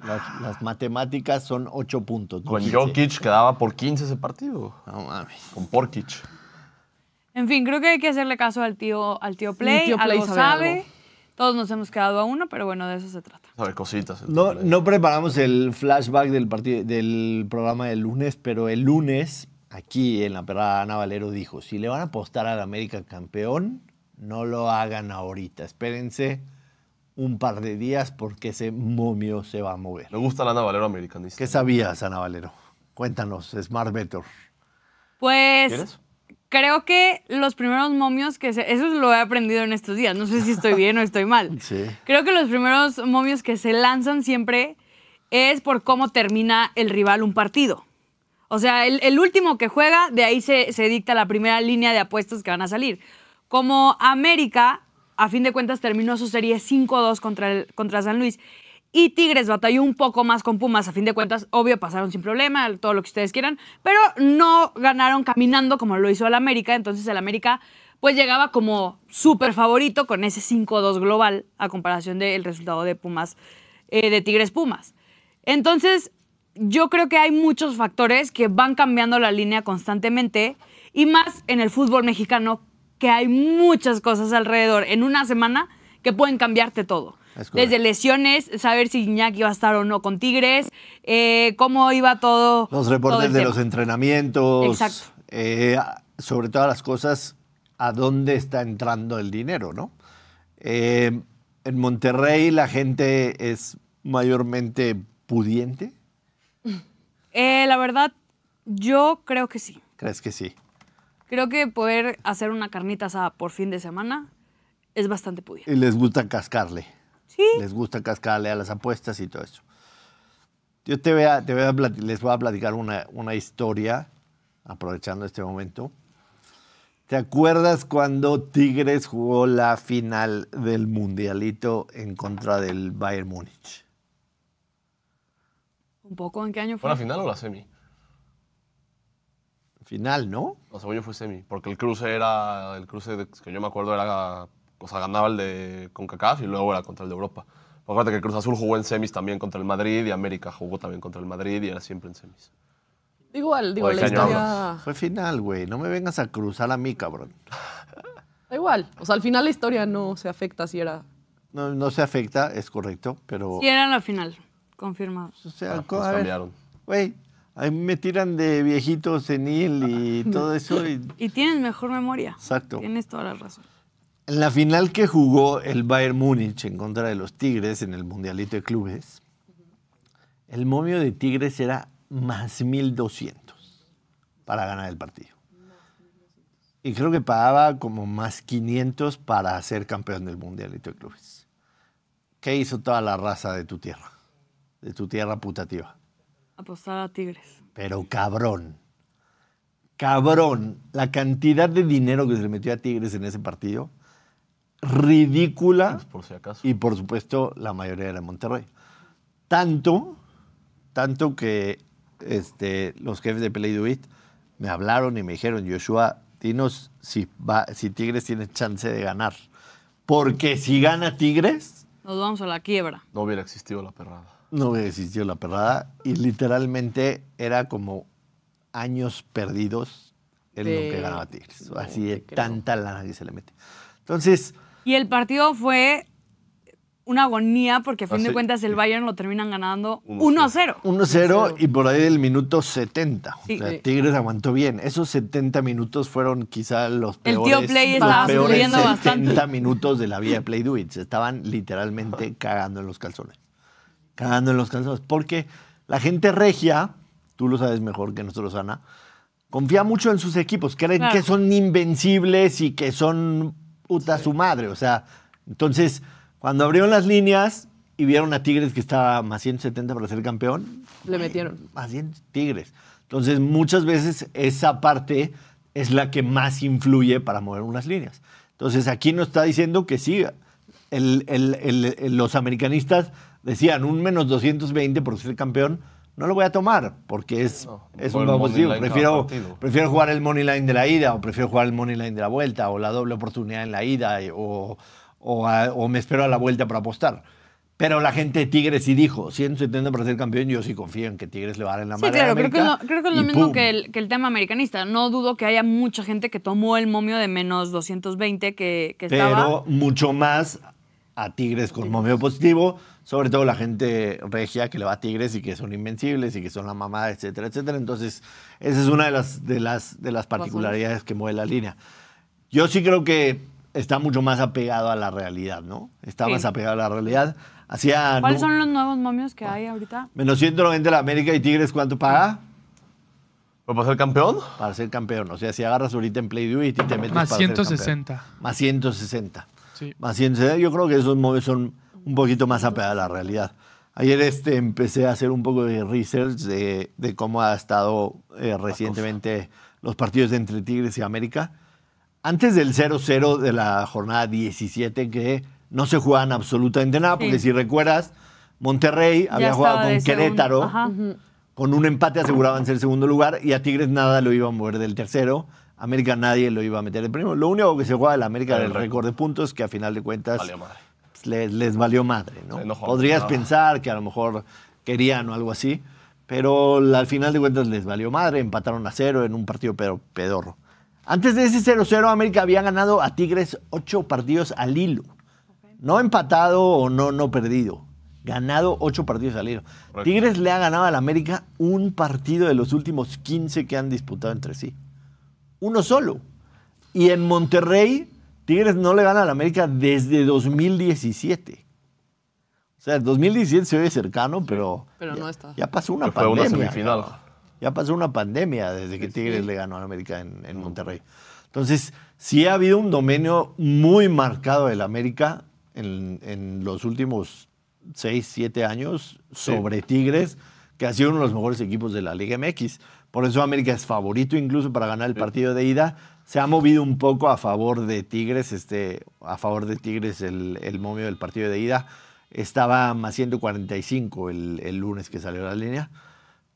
S1: Las, las matemáticas son ocho puntos. no
S3: Con
S1: 15.
S3: Jokic quedaba por 15 ese partido.
S1: No mames.
S3: Con Porkic.
S5: En fin, creo que hay que hacerle caso al tío, al tío Play.
S4: tío Play
S5: algo
S4: sabe
S5: sabe.
S4: algo.
S5: Todos nos hemos quedado a uno, pero bueno, de eso se trata.
S3: Sabe cositas. el
S1: No,
S3: Play.
S1: no preparamos el flashback del, partido, del programa del lunes, pero el lunes, aquí en la perrada, Ana Valero dijo: si le van a apostar al América campeón, no lo hagan ahorita. Espérense un par de días porque ese momio se va a mover.
S3: Le gusta la Ana Valero americanista.
S1: ¿Qué sabías, Ana Valero? Cuéntanos, Smart Better.
S5: Pues.
S3: ¿Quieres?
S5: Creo que los primeros momios que se... Eso lo he aprendido en estos días. No sé si estoy bien o estoy mal.
S1: Sí.
S5: Creo que los primeros momios que se lanzan siempre es por cómo termina el rival un partido. O sea, el, el último que juega, de ahí se, se dicta la primera línea de apuestas que van a salir. Como América, a fin de cuentas, terminó su serie 5-2 contra, el- contra San Luis. Y Tigres batalló un poco más con Pumas. A fin de cuentas, obvio, pasaron sin problema, todo lo que ustedes quieran. Pero no ganaron caminando como lo hizo el América. Entonces, el América, pues llegaba como súper favorito con ese 5-2 global a comparación del resultado de Pumas, eh, de Tigres Pumas. Entonces, yo creo que hay muchos factores que van cambiando la línea constantemente y más en el fútbol mexicano que hay muchas cosas alrededor en una semana que pueden cambiarte todo.
S1: Es correcto.
S5: desde lesiones, saber si Iñaki iba a estar o no con Tigres, eh, cómo iba todo.
S1: Los
S5: todo
S1: reportes
S5: el
S1: de
S5: tema.
S1: los entrenamientos.
S5: Exacto.
S1: eh, a- sobre todas las cosas, a dónde está entrando el dinero, ¿no? Eh, en Monterrey la gente es mayormente pudiente.
S5: Eh, la verdad, yo creo que sí.
S1: ¿Crees que sí?
S5: Creo que poder hacer una carnita asada por fin de semana es bastante pudiente.
S1: Y les gusta cascarle.
S5: Sí.
S1: Les gusta cascarle a las apuestas y todo eso. Yo te voy a, te voy a plati- les voy a platicar una, una historia, aprovechando este momento. ¿Te acuerdas cuando Tigres jugó la final del Mundialito en contra del Bayern Múnich?
S5: Un poco, ¿en qué año
S3: ¿Fue
S5: fue?
S3: la final o la semi?
S1: Final, ¿no?
S3: No, según yo fue semi, porque el cruce era, el cruce de- que yo me acuerdo era, o sea, ganaba el de CONCACAF y luego era contra el de Europa. Pero Acuérdate que el Cruz Azul jugó en semis también contra el Madrid y América jugó también contra el Madrid y era siempre en semis.
S4: Igual, digo,
S3: Oye,
S4: la
S3: ¿qué año
S5: Ah.
S4: historia.
S1: Fue final, güey. No me vengas a cruzar a mí, cabrón.
S4: Da igual. O sea, al final la historia no se afecta si era.
S1: No, no se afecta, es correcto, pero...
S5: Sí, era la final, confirmado.
S1: O sea,
S3: Ah,
S1: co-
S3: los
S1: a ver,
S3: cambiaron.
S1: Güey, a mí me tiran de viejito senil y todo eso. y-
S5: Y tienes mejor memoria.
S1: exacto.
S5: Tienes toda la razón.
S1: En la final que jugó el Bayern Múnich en contra de los Tigres en el Mundialito de Clubes, el momio de Tigres era más 1200 para ganar el partido. Y creo que pagaba como más 500 para ser campeón del Mundialito de Clubes. ¿Qué hizo toda la raza de tu tierra? De tu tierra putativa.
S5: Apostar a Tigres.
S1: Pero cabrón. Cabrón. La cantidad de dinero que se le metió a Tigres en ese partido. Ridícula.
S3: Por si acaso.
S1: Y por supuesto, la mayoría era Monterrey. Tanto, tanto que este, los jefes de Play Do It me hablaron y me dijeron, Joshua, dinos si, va, si Tigres tiene chance de ganar. Porque si gana Tigres,
S5: Nos vamos a la quiebra.
S3: No hubiera existido la perrada.
S1: no me existió la perrada y literalmente era como años perdidos en lo que
S4: Ve,
S1: ganaba Tigres.
S4: no
S1: Así de
S4: te creo.
S1: tanta lana que se le mete. Entonces,
S5: Y el partido fue una agonía porque a fin
S3: Ah,
S5: de
S3: sí.
S5: cuentas el Bayern lo terminan ganando
S3: Uno
S5: 1-0.
S1: 1-0 y por ahí del minuto 70. O
S5: Sí.
S1: sea,
S4: Sí.
S1: Tigres aguantó bien. Esos 70 minutos fueron quizá los
S5: El tío
S1: peores.
S5: Play
S1: los
S5: estaba
S1: peores
S5: sufriendo
S1: 70
S5: bastante.
S1: minutos de la vida de Play Do It. Se estaban literalmente cagando en los calzones. Cagando en los calzones. Porque la gente regia, tú lo sabes mejor que nosotros, Ana, confía mucho en sus equipos. Creen
S5: Claro.
S1: que son invencibles y que son puta su madre. O sea, entonces, cuando abrieron las líneas y vieron a Tigres que estaba más 170 para ser campeón,
S4: Le metieron.
S1: más bien Tigres. Entonces, muchas veces esa parte es la que más influye para mover unas líneas. Entonces, aquí nos está diciendo que sí, el- el- el- el- los americanistas decían un menos 220 por ser campeón, no lo voy a tomar porque es,
S3: No,
S1: es
S3: por
S1: un
S3: el
S1: bajo
S3: money
S1: positivo.
S3: line cada
S1: Prefiero,
S3: partido.
S1: prefiero jugar el money line de la ida o prefiero jugar el money line de la vuelta o la doble oportunidad en la ida y- o, o a- o me espero a la vuelta para apostar. Pero la gente de Tigres sí dijo, 170 para ser campeón, yo sí confío en que Tigres le va a dar en la
S5: Sí,
S1: madre a
S5: claro, creo que, es lo,
S1: América,
S5: creo que es lo
S1: y
S5: mismo
S1: ¡pum!
S5: que el, que el tema americanista. No dudo que haya mucha gente que tomó el momio de menos 220 que, que estaba.
S1: Pero mucho más a Tigres con momio positivo, sobre todo la gente regia que le va a Tigres y que son invencibles y que son la mamá, etcétera, etcétera. Entonces, esa es una de las, de las, de las particularidades que mueve la línea. Yo sí creo que está mucho más apegado a la realidad, ¿no? Está
S5: Sí.
S1: más apegado a la realidad. Hacía
S5: ¿Cuáles
S1: nu-
S5: son los nuevos momios que hay ahorita?
S1: menos 190 la América y Tigres, ¿cuánto paga?
S3: ¿Pero para ser campeón?
S1: Para ser campeón. O sea, si agarras ahorita en Play Do It y te metes
S2: Más
S1: para ser campeón.
S2: 160.
S1: Más 160.
S2: Sí.
S1: Más bien, se- yo creo que esos movies son un poquito más apegados a la realidad. Ayer este, empecé a hacer un poco de research de, de cómo ha estado eh, recientemente los partidos entre Tigres y América. Antes del 0-0 de la jornada 17, que no se jugaban absolutamente nada, porque
S5: Sí.
S1: si recuerdas, Monterrey había jugado
S5: estaba de
S1: con
S5: segundo.
S1: Querétaro.
S5: Ajá.
S1: Con un empate aseguraban ser segundo lugar y a Tigres nada lo iba a mover del tercero. América nadie lo iba a meter de primero. Lo único que se jugaba de la América era el récord de puntos, que a final de cuentas
S3: Valió madre.
S1: pues, les, les valió madre, ¿no?
S3: Se enojó.
S1: Podrías
S3: Ah.
S1: pensar que a lo mejor querían o algo así, pero la- al final de cuentas les valió madre, empataron a cero en un partido pero pedorro. Antes de ese 0-0, América había ganado a Tigres ocho partidos al hilo. No empatado o no, no perdido. Ganado ocho partidos al hilo. Tigres le ha ganado al América un partido de los últimos 15 que han disputado entre sí. Uno solo. Y en Monterrey, Tigres no le gana al América desde 2017. O sea, 2017 se oye cercano, pero.
S4: pero
S1: ya,
S4: no está.
S1: Ya pasó una
S3: Que fue una
S1: pandemia.
S3: semifinal.
S1: cabrón. Ya pasó una pandemia desde que Tigres le ganó a América en, en Monterrey. Entonces, sí ha habido un dominio muy marcado del América en, en los últimos 6, 7 años sobre Tigres, que ha sido uno de los mejores equipos de la Liga MX. Por eso América es favorito incluso para ganar el partido de ida. Se ha movido un poco a favor de Tigres, este, a favor de Tigres el, el momio del partido de ida. Estaba más 145 el, el lunes que salió la línea.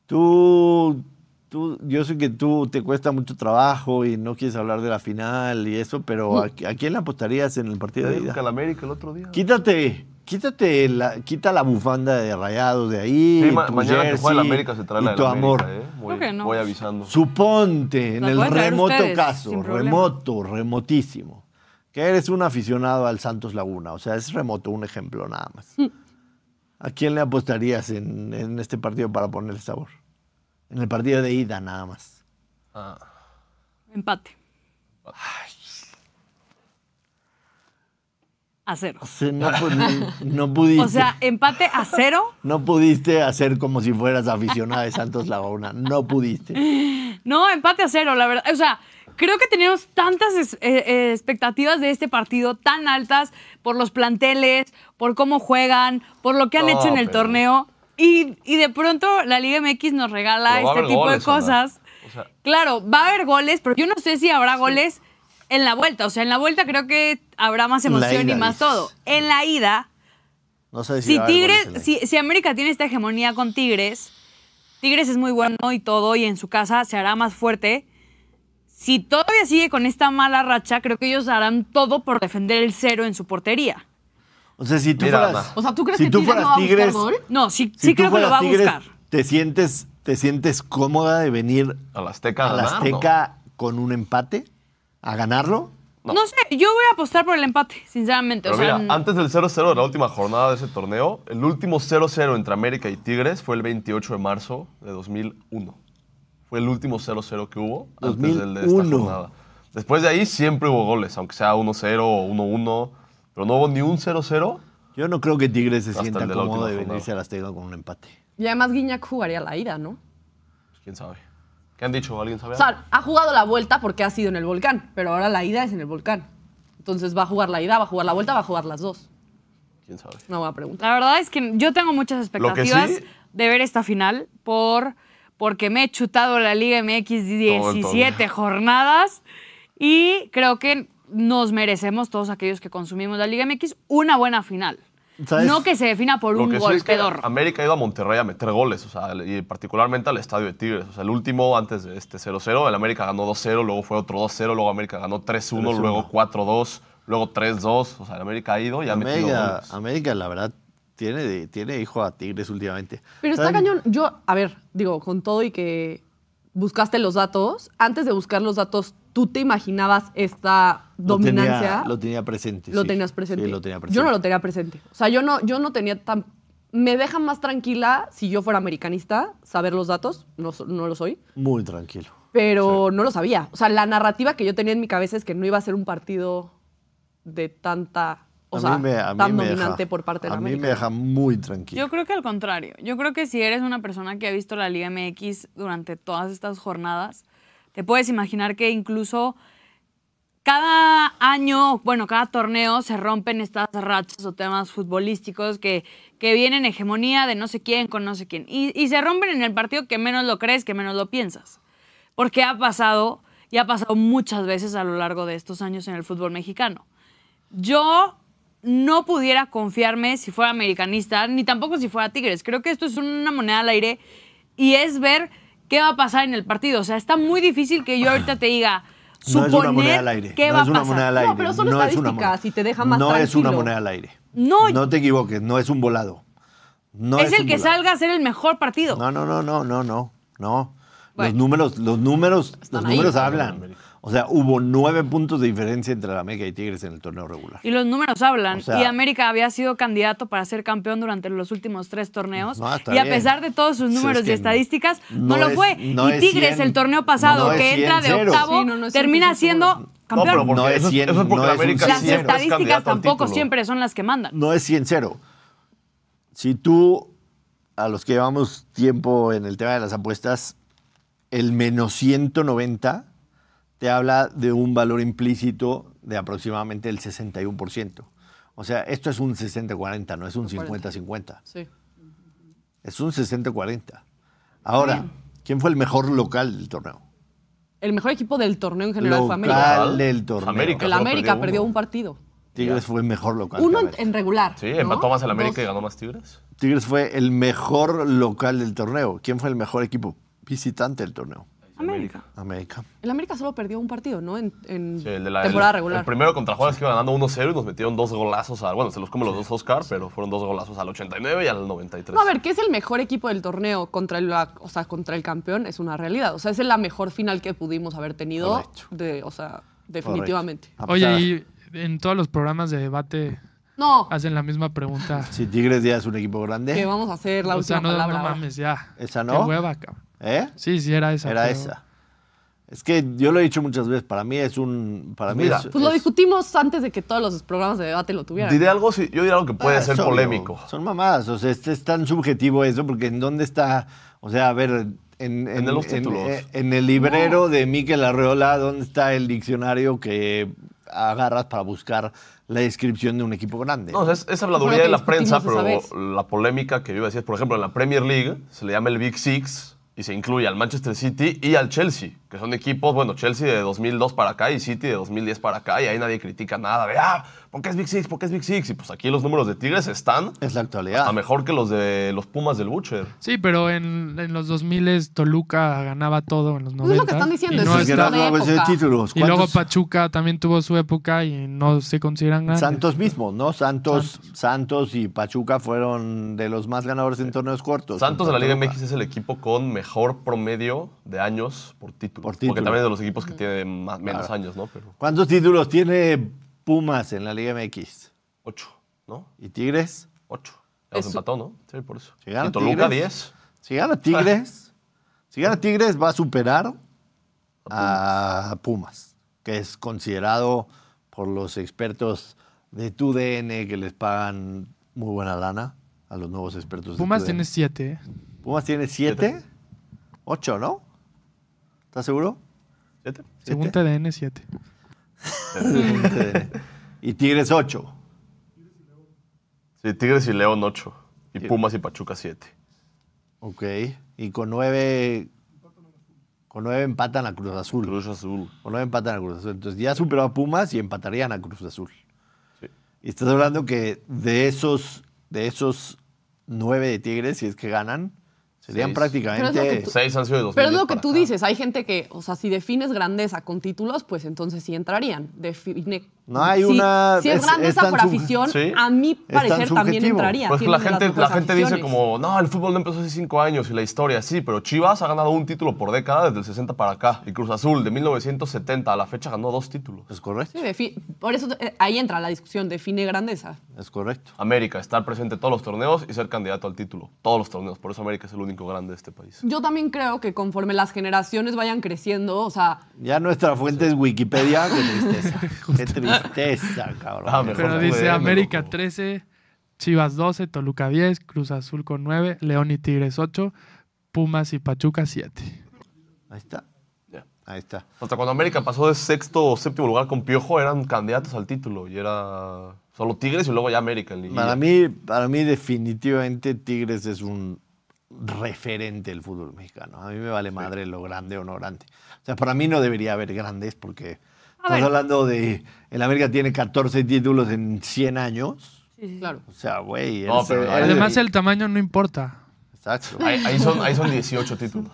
S1: Tú, tú, yo sé que tú te cuesta mucho trabajo y no quieres hablar de la final y eso, pero ¿a, qui- a quién le apostarías en el partido de
S3: América,
S1: ida?
S3: el América el otro día.
S1: Quítate, quítate, la, quita la bufanda de rayados de ahí.
S3: Sí, ma-
S1: tu
S3: mañana que juega el
S1: jersey
S3: América se trae
S1: y
S3: la del
S1: tu
S3: América,
S1: amor.
S3: ¿eh? Voy,
S5: Creo que no.
S3: voy avisando.
S1: Suponte, en
S5: La
S1: el
S5: pueden traer
S1: remoto
S5: ustedes,
S1: caso,
S5: sin problema.
S1: remoto, remotísimo, que eres un aficionado al Santos Laguna, o sea, es remoto, un ejemplo nada más.
S5: Hmm.
S1: ¿A quién le apostarías en, en este partido para ponerle sabor? En el partido de ida nada más.
S3: Ah,
S5: Empate. A cero.
S1: O sea, no, pu-
S5: [laughs]
S1: no pudiste,
S5: O sea, empate a cero.
S1: no pudiste hacer como si fueras aficionado de Santos Laguna, no pudiste.
S5: No, empate a cero, la verdad. O sea, creo que teníamos tantas es- eh, eh, expectativas de este partido, tan altas, por los planteles, por cómo juegan, por lo que han
S3: No,
S5: hecho en el
S3: pero-
S5: torneo. Y, y de pronto la Liga MX nos regala
S3: Pero va a
S5: este
S3: haber
S5: tipo de
S3: goles, Ana.
S5: cosas.
S3: O sea-
S5: claro, va a haber goles, pero yo no sé si habrá goles en la vuelta. O sea, en la vuelta creo que habrá más
S1: En la
S5: emoción
S1: ida,
S5: y más
S1: dices.
S5: todo. En la ida,
S1: No sé si
S5: si
S1: va a haber goles en la
S5: Tigres,
S1: ida.
S5: si, si América tiene esta hegemonía con Tigres, Tigres es muy bueno y todo, y en su casa se hará más fuerte. Si todavía sigue con esta mala racha, creo que ellos harán todo por defender el cero en su portería.
S1: O sea, si tú
S3: Mira,
S1: fueras,
S3: Ana.
S4: O sea, ¿tú crees
S1: si
S4: que
S1: tú
S4: Tigres
S1: fueras
S4: no va a buscar
S1: Tigres,
S4: gol?
S5: No, sí,
S1: si
S5: sí
S1: tú
S5: creo que lo
S1: fueras
S5: va a
S1: Tigres,
S5: buscar.
S1: te sientes, te sientes cómoda de venir
S3: al Azteca.
S1: a la
S3: ganar, ¿no?
S1: Azteca con un empate, a ganarlo.
S5: No.
S3: No.
S5: sé, yo voy a apostar por el empate, sinceramente.
S3: Pero
S5: o sea, mm.
S3: mira, antes del 0-0 de la última jornada de ese torneo, el último 0-0 entre América y Tigres fue el 28 de marzo de 2001. Fue el último 0-0 que hubo antes del de esta
S1: 2001.
S3: jornada. Después de ahí siempre hubo goles, aunque sea 1-0 o 1-1, pero no hubo ni un 0-0.
S1: Yo no creo que Tigres se
S3: Hasta
S1: sienta
S3: el de la
S1: cómodo
S3: última
S1: de
S3: jornada.
S1: venirse a la Azteca con un empate.
S4: Y además Guiñac jugaría la ira, ¿no?
S3: Pues, ¿Quién sabe? ¿Qué han dicho? ¿Alguien sabe?
S4: O sea, ha jugado la vuelta porque ha sido en el volcán, pero ahora la ida es en el volcán. Entonces va a jugar la ida, va a jugar la vuelta, va a jugar las dos.
S3: ¿Quién sabe?
S4: No voy a preguntar.
S5: La verdad es que yo tengo muchas
S3: Lo que sí-
S5: expectativas de ver esta final por, porque me he chutado la Liga MX 17 jornadas y creo que nos merecemos todos aquellos que consumimos la Liga MX una buena final.
S1: ¿Sabes?
S5: No que se defina por
S3: Lo
S5: un
S3: que sí
S5: gol
S3: es que
S5: pedorro.
S3: América ha ido a Monterrey a meter goles, o sea, y particularmente al estadio de Tigres. O sea, el último antes de este 0-0, el América ganó 2-0, luego fue otro 2-0, luego América ganó 3-1, luego 4-2, luego 3-2. O sea, el América ha ido y ha metido
S1: América,
S3: goles.
S1: América, la verdad, tiene, de- tiene hijo a Tigres últimamente.
S4: Pero está
S1: ¿Saben?
S4: cañón. Yo, a ver, digo, con todo y que buscaste los datos, antes de buscar los datos, ¿tú te imaginabas esta
S1: Lo tenía-
S4: dominancia?
S1: Lo tenía, presente.
S4: Lo
S1: sí.
S4: tenías presente.
S1: Sí, lo tenía presente.
S4: Yo no lo tenía presente. O sea, yo no, yo no tenía tan. Me deja más tranquila si yo fuera americanista saber los datos. No, so- no lo soy.
S1: Muy tranquilo.
S4: Pero no lo sabía. O sea, la narrativa que yo tenía en mi cabeza es que no iba a ser un partido de tanta. O
S1: A
S4: sea,
S1: mí me- a mí
S4: tan
S1: me deja-
S4: dominante por parte de la
S1: A mí
S4: América.
S1: me deja muy tranquilo.
S5: Yo creo que al contrario. Yo creo que si eres una persona que ha visto la Liga MX durante todas estas jornadas, te puedes imaginar que incluso cada año, bueno, cada torneo se rompen estas rachas o temas futbolísticos que, que vienen hegemonía de no sé quién con no sé quién. Y, y se rompen en el partido que menos lo crees, que menos lo piensas. Porque ha pasado y ha pasado muchas veces a lo largo de estos años en el fútbol mexicano. Yo no pudiera confiarme si fuera americanista, ni tampoco si fuera Tigres. Creo que esto es una moneda al aire y es ver qué va a pasar en el partido. O sea, está muy difícil que yo ahorita te diga
S1: No
S5: suponer
S1: es una moneda al aire.
S5: qué
S1: no
S5: va
S1: es
S5: a
S1: una
S5: pasar.
S1: moneda al
S4: No,
S1: aire.
S4: pero son
S1: es una
S4: estadísticas
S1: moneda-
S4: y te deja más
S1: No es una
S4: tranquilo.
S1: moneda al aire.
S5: No.
S1: No te equivoques, no es un volado. No
S5: es,
S1: es
S5: el
S1: un
S5: que
S1: volado.
S5: salga a ser el mejor partido.
S1: No, no, no, no, no, no, no.
S5: Bueno.
S1: Los números, los números,
S4: Están
S1: los
S4: ahí.
S1: números
S3: Están en
S1: hablan.
S3: América.
S1: O sea, hubo nueve puntos de diferencia entre la América y Tigres en el torneo regular.
S5: Y los números hablan.
S1: O sea-
S5: y América había sido candidato para ser campeón durante los últimos tres torneos.
S1: No, está
S5: y a
S1: bien.
S5: pesar de todos sus
S1: Pues es
S5: números
S1: que
S5: y estadísticas,
S1: no
S5: no, lo
S1: es-
S5: fue.
S1: no
S5: y
S1: es
S5: Tigres
S1: 100,
S5: el torneo pasado,
S1: no es
S5: que
S1: 100,
S5: entra de
S1: cero.
S5: octavo,
S4: Sí, no, no es
S5: termina
S4: 100%
S5: siendo
S3: No,
S5: campeón.
S3: pero porque
S1: No es
S3: eso,
S1: cien,
S3: eso es porque
S1: no
S3: la
S1: es un
S3: América
S1: cien.
S5: Las
S1: siempre es
S3: siempre es
S5: estadísticas
S3: candidato al
S5: tampoco
S3: título.
S5: siempre son las que mandan.
S1: No es 100-0. Si tú, a los que llevamos tiempo en el tema de las apuestas, el menos 190 te habla de un valor implícito de aproximadamente el 61%. O sea, esto es un 60-40, no es un 50-50.
S4: Sí.
S1: Es un 60-40. Ahora, ¿quién fue el mejor local del torneo?
S4: El mejor equipo del torneo en general fue América.
S1: Local del torneo.
S3: América.
S4: El
S3: Solo perdió
S4: América
S3: uno.
S4: perdió un partido.
S1: Tigres fue el mejor local. que
S4: Uno
S1: América.
S4: en regular.
S3: Sí,
S4: ¿no?
S3: empató más el América
S4: Dos.
S3: y ganó más Tigres.
S1: Tigres fue el mejor local del torneo. ¿Quién fue el mejor equipo visitante del torneo?
S5: América.
S1: América.
S4: El América solo perdió un partido, ¿no? En, en
S3: Sí, el de la,
S4: temporada
S3: el-
S4: regular.
S3: El primero contra Juárez que iba ganando 1-0 y nos metieron dos golazos. A, bueno, se los come los dos Oscar, pero fueron dos golazos al 89 y al 93.
S4: No, a ver, ¿qué es el mejor equipo del torneo contra el, o sea, contra el campeón? Es una realidad. O sea, esa es la mejor final que pudimos haber tenido.
S1: Correcto.
S4: De, o sea, definitivamente.
S1: Correcto. A pesar-
S2: Oye, y
S1: ah.
S2: en todos los programas de debate
S4: No,
S2: hacen la misma pregunta.
S1: Si Tigres ya es un equipo grande. ¿eh?
S4: que vamos a hacer [laughs] la
S2: o
S4: última
S2: sea, no,
S4: palabra.
S2: no
S4: ahora.
S2: mames, ya.
S1: ¿Esa
S2: Qué
S1: no?
S2: hueva, cabrón.
S1: ¿Eh?
S2: Sí, sí, era esa.
S1: Era
S2: pero-
S1: esa. Es que yo lo he dicho muchas veces. Para mí es un. Para mí
S3: Mira.
S1: es-
S4: Pues lo
S1: es-
S4: discutimos antes de que todos los programas de debate lo tuvieran.
S3: Diré algo, sí, yo diré algo que puede
S1: Ah,
S3: ser
S1: es obvio.
S3: polémico.
S1: Son mamadas. O sea, este es tan subjetivo eso, porque ¿en dónde está? O sea, a ver. En, en,
S3: de los títulos.
S1: eh, en el librero de Miquel Arreola, ¿dónde está el diccionario que agarras para buscar la descripción de un equipo grande?
S3: No, o sea, es, es habladuría
S4: Fue
S3: de
S4: lo que
S3: la prensa, pero
S4: discutimos esa
S3: la polémica que yo iba a decir es, por ejemplo, en la Premier League se le llama el Big Six y se incluye al Manchester City y al Chelsea, que son equipos, bueno, Chelsea de 2002 para acá y City de 2010 para acá, y ahí nadie critica nada de, ah, ¿por qué es Big Six? ¿Por qué es Big Six? Y pues aquí los números de Tigres están
S1: es la actualidad.
S3: hasta mejor que los de los Pumas del Butcher.
S2: Sí, pero en, en los 2000 Toluca ganaba todo en los 90.
S4: Pues es lo que están diciendo,
S2: y
S4: es
S2: no
S4: que
S2: está-
S4: era la
S1: Gerardo, a veces
S4: época.
S1: pues, títulos.
S2: Y luego
S1: ¿Cuántos-
S2: Pachuca también tuvo su época y no se consideran grandes.
S1: Santos mismo, ¿no? Santos, Santos, y Pachuca fueron de los más ganadores en torneos cortos.
S3: Santos de la Liga
S1: Contra
S3: MX es el equipo con mejor promedio de años por título.
S1: Por título.
S3: Porque también es de los equipos que tienen más- menos años, ¿no? Pero
S1: ¿Cuántos títulos tiene Pumas en la Liga MX?
S3: ocho, ¿no?
S1: ¿Y Tigres?
S3: 8. Ya los
S4: Es-
S3: empató, ¿no? Sí, por eso.
S1: Si gana
S3: y Toluca
S1: Tigres.
S3: 10.
S1: Si gana [laughs] Tigres, si gana Tigres va a superar a Pumas, que es considerado por los expertos de TUDN que les pagan muy buena lana a los nuevos expertos. de
S2: Pumas
S1: TUDN.
S2: tiene ¿eh? 7.
S1: Pumas tiene siete, ocho, ¿no? ¿Estás seguro?
S3: ¿Siete?
S2: Según
S1: ¿Siete?
S2: TDN, 7.
S1: [laughs] y Tigres 8.
S3: Sí, Tigres y León 8. Y Pumas y Pachuca 7.
S1: Ok. Y con 9. Con 9 empatan a Cruz Azul.
S3: Cruz Azul.
S1: Con 9 empatan a Cruz Azul. Entonces ya superó a Pumas y empatarían a Cruz Azul.
S3: Sí.
S1: Y estás hablando que de esos, de esos 9 de Tigres, si es que ganan, serían
S3: Seis.
S4: Pero es lo
S1: prácticamente.
S4: que tú-
S3: 6 han sido de 2010
S4: Pero es lo que
S3: para
S4: tú
S3: acá.
S4: dices, hay gente que, o sea, si defines grandeza con títulos, pues entonces sí entrarían. Define,
S1: No, hay
S4: si-
S1: una-
S4: Si es,
S1: es-
S4: grandeza
S1: es tan
S4: por
S1: sub-
S4: afición,
S3: Sí.
S4: a mi
S1: tan
S4: parecer también
S1: subjetivo.
S4: entraría.
S3: Pues que la
S4: Tienen las
S3: gente, la
S4: mejores
S3: gente dice
S4: aficiones.
S3: como, no, el fútbol no empezó hace 5 años y la historia, sí, pero Chivas ha ganado un título por década desde el 60 para acá. Y Cruz Azul de 1970 a la fecha ganó dos títulos.
S1: Es correcto.
S4: Sí, defi- por eso eh, ahí entra la discusión, define grandeza.
S1: Es correcto.
S3: América, estar presente en todos los torneos y ser candidato al título. Todos los torneos. Por eso América es el único grande de este país.
S4: Yo también creo que conforme las generaciones vayan creciendo, o sea,
S1: Ya nuestra fuente es Wikipedia. Qué tristeza.
S3: [laughs]
S1: Qué tristeza, cabrón.
S3: Ah, mejor.
S2: Pero
S3: Joder,
S2: dice
S3: loco.
S2: América 13, Chivas 12, Toluca 10, Cruz Azul con 9, León y Tigres 8, Pumas y Pachuca 7.
S1: Ahí está.
S3: Ya.
S1: Ahí está.
S3: Hasta cuando América pasó de sexto o séptimo lugar con Piojo, eran candidatos al título y era solo Tigres y luego ya América. en liguilla.
S1: Para mí, para mí definitivamente Tigres es un referente del fútbol mexicano. A mí me vale madre lo grande o no grande. O sea, para mí no debería haber grandes porque estás
S5: ver.
S1: hablando de el América tiene 14 títulos en 100 años.
S4: claro.
S1: O sea, güey,
S3: No,
S1: eres-
S3: pero
S1: eres-
S2: Además, el tamaño no importa.
S1: exacto.
S3: Ahí, ahí son, ahí son 18 títulos.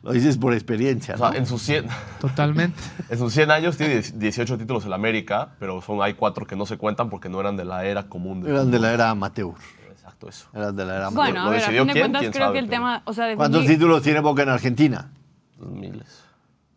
S1: Lo dices por experiencia,
S3: O
S1: ¿no?
S3: sea, en sus 100,
S2: Totalmente.
S3: en sus 100 años tiene 18 títulos el América, pero son, hay cuatro que no se cuentan porque no eran de la era común. del
S1: Eran de la era amateur.
S3: fútbol. Exacto, eso.
S1: Eran de la era amateur.
S5: Bueno, pues
S3: ¿Lo
S5: a ver, a
S3: decidió
S5: fin de
S3: quién?
S5: cuentas
S3: ¿Quién
S5: creo
S3: sabe?
S5: que el
S3: Pero-
S5: tema, o sea, definir-
S1: ¿Cuántos títulos tiene Boca en Argentina?
S3: Miles.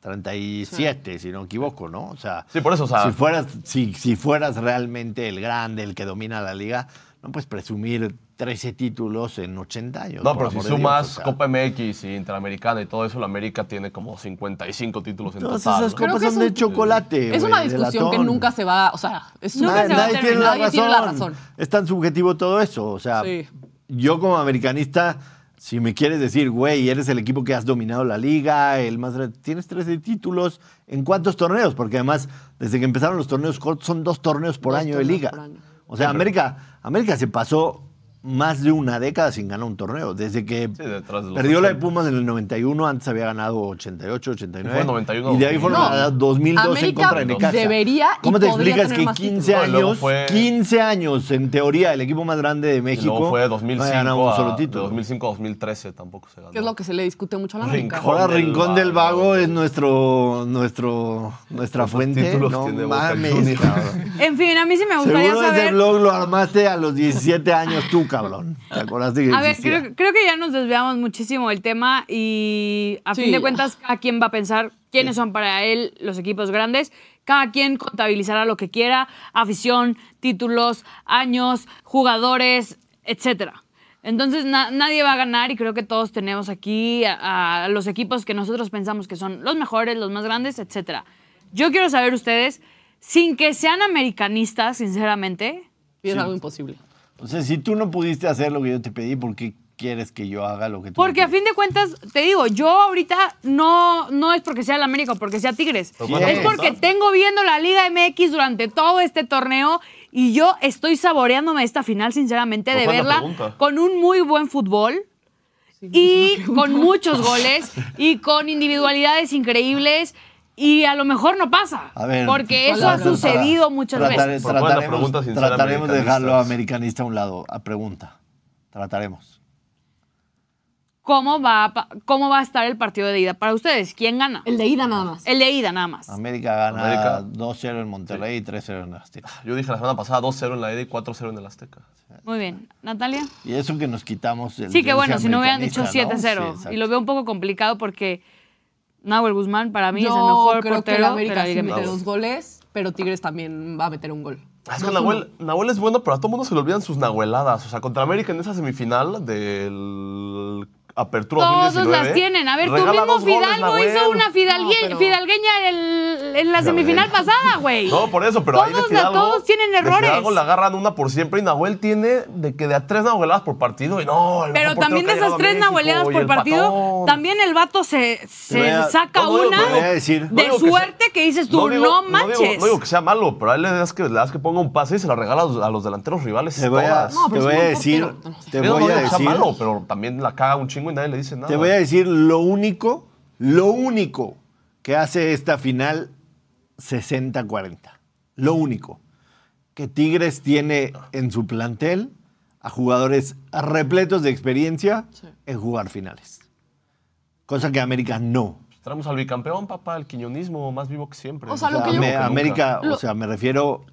S1: 37, si no me equivoco, ¿no? O sea,
S3: Sí, por eso, o sea-
S1: si, fueras, si, si fueras realmente el grande, el que domina la liga, no puedes presumir 13 títulos en 80 años.
S3: No,
S1: por
S3: pero si
S1: amor de Dios,
S3: sumas
S1: o sea.
S3: Copa MX y Interamericana y todo eso, la América tiene como 55 títulos en
S1: Todas
S3: total.
S1: esas
S3: ¿no?
S4: Creo
S1: copas
S4: que
S1: son
S4: es
S1: de
S4: un-
S1: chocolate.
S4: Es
S1: güey,
S4: una
S1: de
S4: discusión que
S1: latón.
S4: nunca se va, o sea, es
S5: Nunca
S1: Nadie,
S5: se va a
S1: nadie
S5: terminar.
S1: tiene la
S4: Nadie
S1: razón.
S4: tiene la razón.
S1: Están subjetivo todo eso. O sea,
S4: Sí.
S1: yo como americanista, si me quieres decir, güey, eres el equipo que has dominado la liga, el más re- tienes 13 títulos, ¿en cuántos torneos? Porque además, desde que empezaron los torneos cortos, son dos torneos por
S4: Dos
S1: año de
S4: torneos
S1: liga.
S4: por año.
S1: O sea, América, América se pasó más de una década sin ganar un torneo. Desde que
S3: Sí, detrás de los
S1: perdió la de
S3: 80.
S1: Pumas en el 91, antes había ganado 88, 89.
S3: Fue 91,
S1: y de ahí fueron
S3: No,
S1: a 2012 en
S4: América
S1: contra de Necaxa.
S4: debería y
S1: ¿Cómo te
S4: podría
S1: explicas
S4: tener
S1: que
S4: más
S1: 15
S3: títulos? No, y luego
S1: años,
S3: fue-
S1: 15 años, en teoría, el equipo más grande de
S3: Y
S1: México
S3: luego fue de
S1: no
S3: 2005
S1: había ganado un
S3: a-
S1: solo
S3: de
S1: título?
S3: 2005 a 2013 tampoco se ganó.
S4: Que es lo que se le discute mucho a la
S3: Rincón.
S4: América.
S1: Ahora
S3: del
S1: Rincón del
S3: Vago.
S1: Vago es nuestro, nuestro, nuestra
S3: Esos
S1: fuente.
S3: títulos
S1: No
S3: tiene Boca
S1: mames, [laughs]
S3: Juniors.
S1: cabrón.
S5: En fin, a mí sí me gustaría
S1: Seguro
S5: saber.
S1: ese blog lo armaste a los 17 años tú, cabrón. ¿Te acordaste que
S5: A ver,
S1: existía?
S5: creo, creo que ya nos desviamos muchísimo del tema y a
S4: Sí,
S5: fin de
S4: ya.
S5: cuentas cada quien va a pensar quiénes son para él los equipos grandes, cada quien contabilizará lo que quiera, afición, títulos, años, jugadores, etcétera. Entonces na- nadie va a ganar y creo que todos tenemos aquí a, a los equipos que nosotros pensamos que son los mejores, los más grandes, etcétera. Yo quiero saber ustedes, sin que sean americanistas, sinceramente,
S4: Y es algo imposible.
S1: O sea, si tú no pudiste hacer lo que yo te pedí, ¿por qué quieres que yo haga lo que tú
S5: Porque
S1: me
S5: a fin de cuentas, te digo, yo ahorita no, no es porque sea el América o porque sea Tigres.
S3: Pero
S1: ¿cuánto
S5: Es
S1: va a
S5: porque tengo viendo la Liga MX durante todo este torneo y yo estoy saboreándome esta final, sinceramente,
S3: Pero
S5: de
S3: ¿cuál es la
S5: verla
S3: pregunta?
S5: con un muy buen fútbol y con muchos goles y con individualidades increíbles. Y a lo mejor no pasa,
S1: A ver,
S5: porque
S1: ¿cuál
S5: eso ha
S1: es la pregunta?
S5: sucedido muchas
S1: Tratar-
S5: veces.
S3: Propongo la
S1: trataremos,
S3: pregunta sin ser
S1: trataremos de dejarlo
S3: americanistas.
S1: americanista a un lado. A pregunta. Trataremos.
S5: ¿Cómo va, a pa- ¿Cómo va a estar el partido de ida para ustedes? ¿Quién gana?
S4: El de ida nada más.
S5: El de ida nada más.
S1: América gana
S3: América.
S1: 2-0 en Monterrey y 3-0 en Azteca.
S3: Yo dije la semana pasada 2-0 en la ida y 4-0 en el Azteca.
S5: Muy bien. Natalia.
S1: Y eso que nos quitamos el
S5: Sí, que
S1: dulce
S5: bueno, si no hubieran dicho
S1: americanista, ¿no?
S5: 7-0.
S1: Sí,
S5: y lo veo un poco complicado porque Nahuel Guzmán para mí
S4: Yo
S5: es el mejor
S4: creo que
S5: portero
S4: el
S5: de
S4: América
S5: la
S4: sí
S5: Liga
S4: mete
S5: MX.
S4: los goles, pero Tigres también va a meter un gol.
S5: Ah,
S3: Es que Nahuel, Nahuel es bueno, pero a todo mundo se le olvidan sus nahueladas. O sea, contra América en esa semifinal del Apertura
S5: Todos
S3: 2019.
S5: las tienen. A ver, tú
S3: regala
S5: mismo
S3: dos goles,
S5: Fidalgo
S3: Nahuel.
S5: hizo una fidalgue-
S4: No, pero-
S5: fidalgueña el- en la semifinal pasada, güey.
S3: No, por eso, pero ahí de
S5: Todos-
S3: Fidalgo,
S5: todos tienen
S3: de
S5: errores.
S3: Fidalgo le agarran una por siempre y Nahuel tiene de que de a tres nahueladas por partido y no. el
S5: Pero
S3: mejor portero que
S5: también de
S3: ha
S5: esas
S3: llegado a
S5: tres
S3: México,
S5: nahueleadas
S3: y
S5: por
S3: el
S5: partido,
S3: patón.
S5: también el vato se, se
S1: Voy a-
S5: saca
S3: No, no,
S5: una
S3: no, voy a
S1: decir-
S5: de
S3: No digo que
S5: suerte que, dices tú, no,
S3: digo- digo-
S5: manches.
S3: no digo que sea malo, pero a él le das que, le das que ponga un pase y se la regala a los, a los delanteros rivales.
S1: Te voy a,
S3: todas.
S4: No,
S1: te
S4: pero
S1: voy
S4: es
S1: a
S4: un
S1: decir,
S4: portero.
S1: te
S3: Yo no
S1: voy a
S3: digo que sea
S1: decir,
S3: malo, pero también la caga un chingo y nadie le dice nada.
S1: te voy a decir lo único, lo único que hace esta final 60-40. Lo único. Que Tigres tiene en su plantel a jugadores repletos de experiencia en jugar finales. Cosa que América no.
S3: Traemos al bicampeón, papá, el quiñonismo más vivo que siempre.
S4: O sea, lo
S1: O sea,
S4: que yo-
S1: me-
S4: Creo
S1: América,
S4: Lo-
S1: o sea, me refiero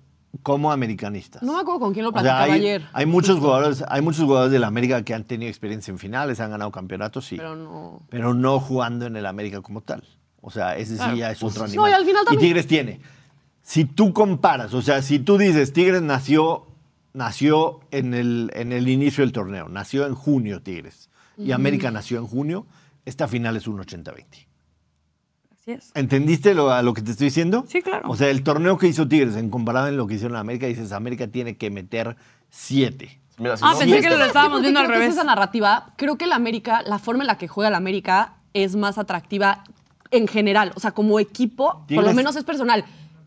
S1: como americanistas.
S4: No me acuerdo con quién lo
S1: O sea,
S4: platicaba
S1: hay,
S4: ayer.
S1: hay muchos jugadores, hay muchos jugadores del América que han tenido experiencia en finales, han ganado campeonatos, sí.
S4: Pero no.
S1: pero no jugando en el América como tal. O sea, ese sí ya es otro
S4: No,
S1: animal.
S4: y al final también-
S1: Tigres tiene. Si tú comparas, o sea, si tú dices Tigres nació, nació en, el, en el inicio del torneo, nació en junio Tigres, y América nació en junio, esta final es un 80-20.
S5: Así es.
S1: ¿Entendiste lo, a lo que te estoy diciendo?
S5: Sí, claro.
S1: O sea, el torneo que hizo Tigres, en comparado en lo que hicieron en América, dices, América tiene que meter siete.
S3: Mira, si no-
S5: Ah, pensé
S4: este Es
S5: que lo
S4: ¿sabes qué?
S5: estábamos
S4: Porque
S5: viendo al
S4: creo que
S5: revés.
S4: Es esa narrativa, creo que el América, la forma en la que juega el América es más atractiva en general. O sea, como equipo, por lo
S1: Tigres-
S4: menos es personal.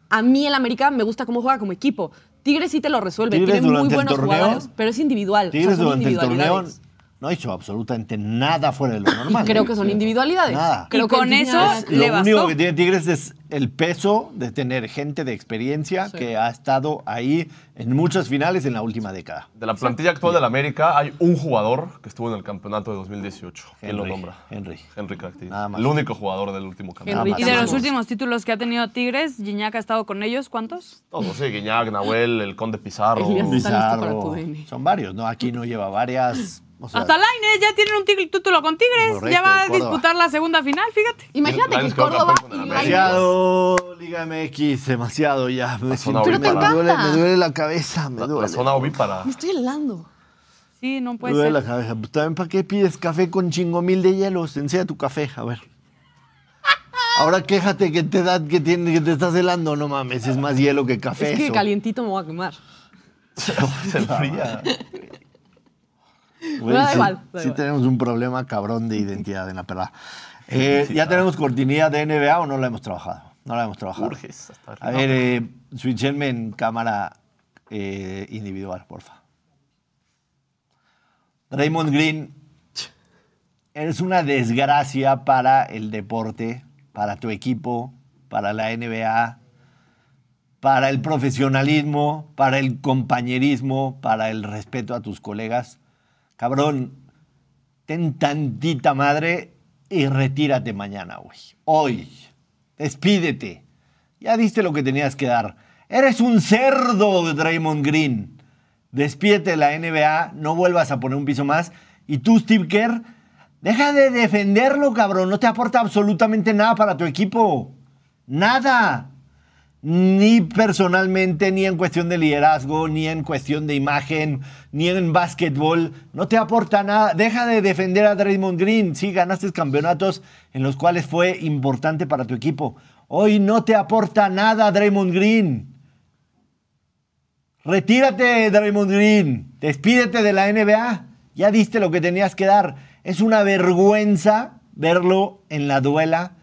S4: A mí el América me gusta cómo juega como equipo. Tigres sí te lo resuelve,
S1: Tigres
S4: tiene muy
S1: durante el
S4: buenos
S1: torneo-
S4: jugadores, pero es individual. o sea,
S1: Tigres
S4: son
S1: durante el torneo
S4: individualidades.
S1: no hizo absolutamente nada fuera de lo
S4: Y
S1: normal.
S4: creo que son
S1: Sí.
S4: individualidades.
S1: Nada.
S4: Creo
S5: Y
S4: que
S5: con
S4: el
S5: eso-
S4: Dinero-
S5: le
S1: Lo único
S5: bastó.
S1: que tiene Tigres es el peso de tener gente de experiencia que ha estado ahí en muchas finales en la última década.
S3: de la plantilla actual del América hay un jugador que estuvo en el campeonato de 2018. ¿Quién lo
S1: Henry,
S3: nombra?
S1: Henry.
S3: Henry Cracti.
S1: Nada más.
S3: El único jugador del último campeonato.
S4: Henry
S1: más.
S5: Y de los
S1: Vamos.
S5: últimos títulos que ha tenido Tigres, Gignac ha estado con ellos, ¿cuántos?
S3: Todos, sí, Guiñac, Nahuel, el Conde Pizarro.
S4: Elías. Está listo para
S1: Pizarro.
S4: tu DN.
S1: Son varios, ¿no? Aquí no lleva varias. O sea,
S5: Hasta Lainez ya tienen un tigre- título con Tigres.
S1: Correcto,
S5: ya va a
S1: Córdoba.
S5: disputar la segunda final, fíjate.
S4: Imagínate
S3: Lions
S4: que
S3: quedó
S4: Córdoba
S3: campeón con el
S4: y
S3: América.
S4: Lions-
S1: demasiado, Liga MX, demasiado ya. Me, siento-
S3: Pero te
S1: me duele,
S4: encanta.
S1: me duele la cabeza, me
S3: La, la
S1: duele.
S3: zona ovípara.
S4: Me estoy helando.
S5: Sí, no
S1: me
S5: puede
S1: duele
S5: ser.
S1: la cabeza. Pues también, ¿para qué pides café con chingo mil de hielos? Enseña tu café, a ver. Ahora quéjate que te da, que, tiene, que te estás helando. No mames, es más hielo que café.
S4: Es que
S1: eso.
S4: calientito me voy a quemar.
S3: [laughs] Se enfría.
S1: Güey,
S4: No, da
S1: sí,
S4: igual, da
S1: sí
S4: igual.
S1: tenemos un problema cabrón de identidad en la perra. Eh, ¿Ya tenemos cortinilla de NBA o no la hemos trabajado? No la hemos trabajado.
S3: Urges, hasta
S1: A ver, eh, switchenme en cámara eh, individual, porfa. Raymond Green, eres una desgracia para el deporte, para tu equipo, para la NBA, para el profesionalismo, para el compañerismo, para el respeto a tus colegas. Cabrón, ten tantita madre y retírate mañana, güey. Hoy. Despídete. Ya diste lo que tenías que dar. Eres un cerdo, Draymond Green. Despídete de la NBA, no vuelvas a poner un piso más. Y tú, Steve Kerr, deja de defenderlo, cabrón. No te aporta absolutamente nada para tu equipo. Nada. Ni personalmente, ni en cuestión de liderazgo, ni en cuestión de imagen, ni en básquetbol. No te aporta nada. Deja de defender a Draymond Green. Sí, ganaste campeonatos en los cuales fue importante para tu equipo. Hoy no te aporta nada Draymond Green. Retírate, Draymond Green. Despídete de la NBA. Ya diste lo que tenías que dar. Es una vergüenza verlo en la duela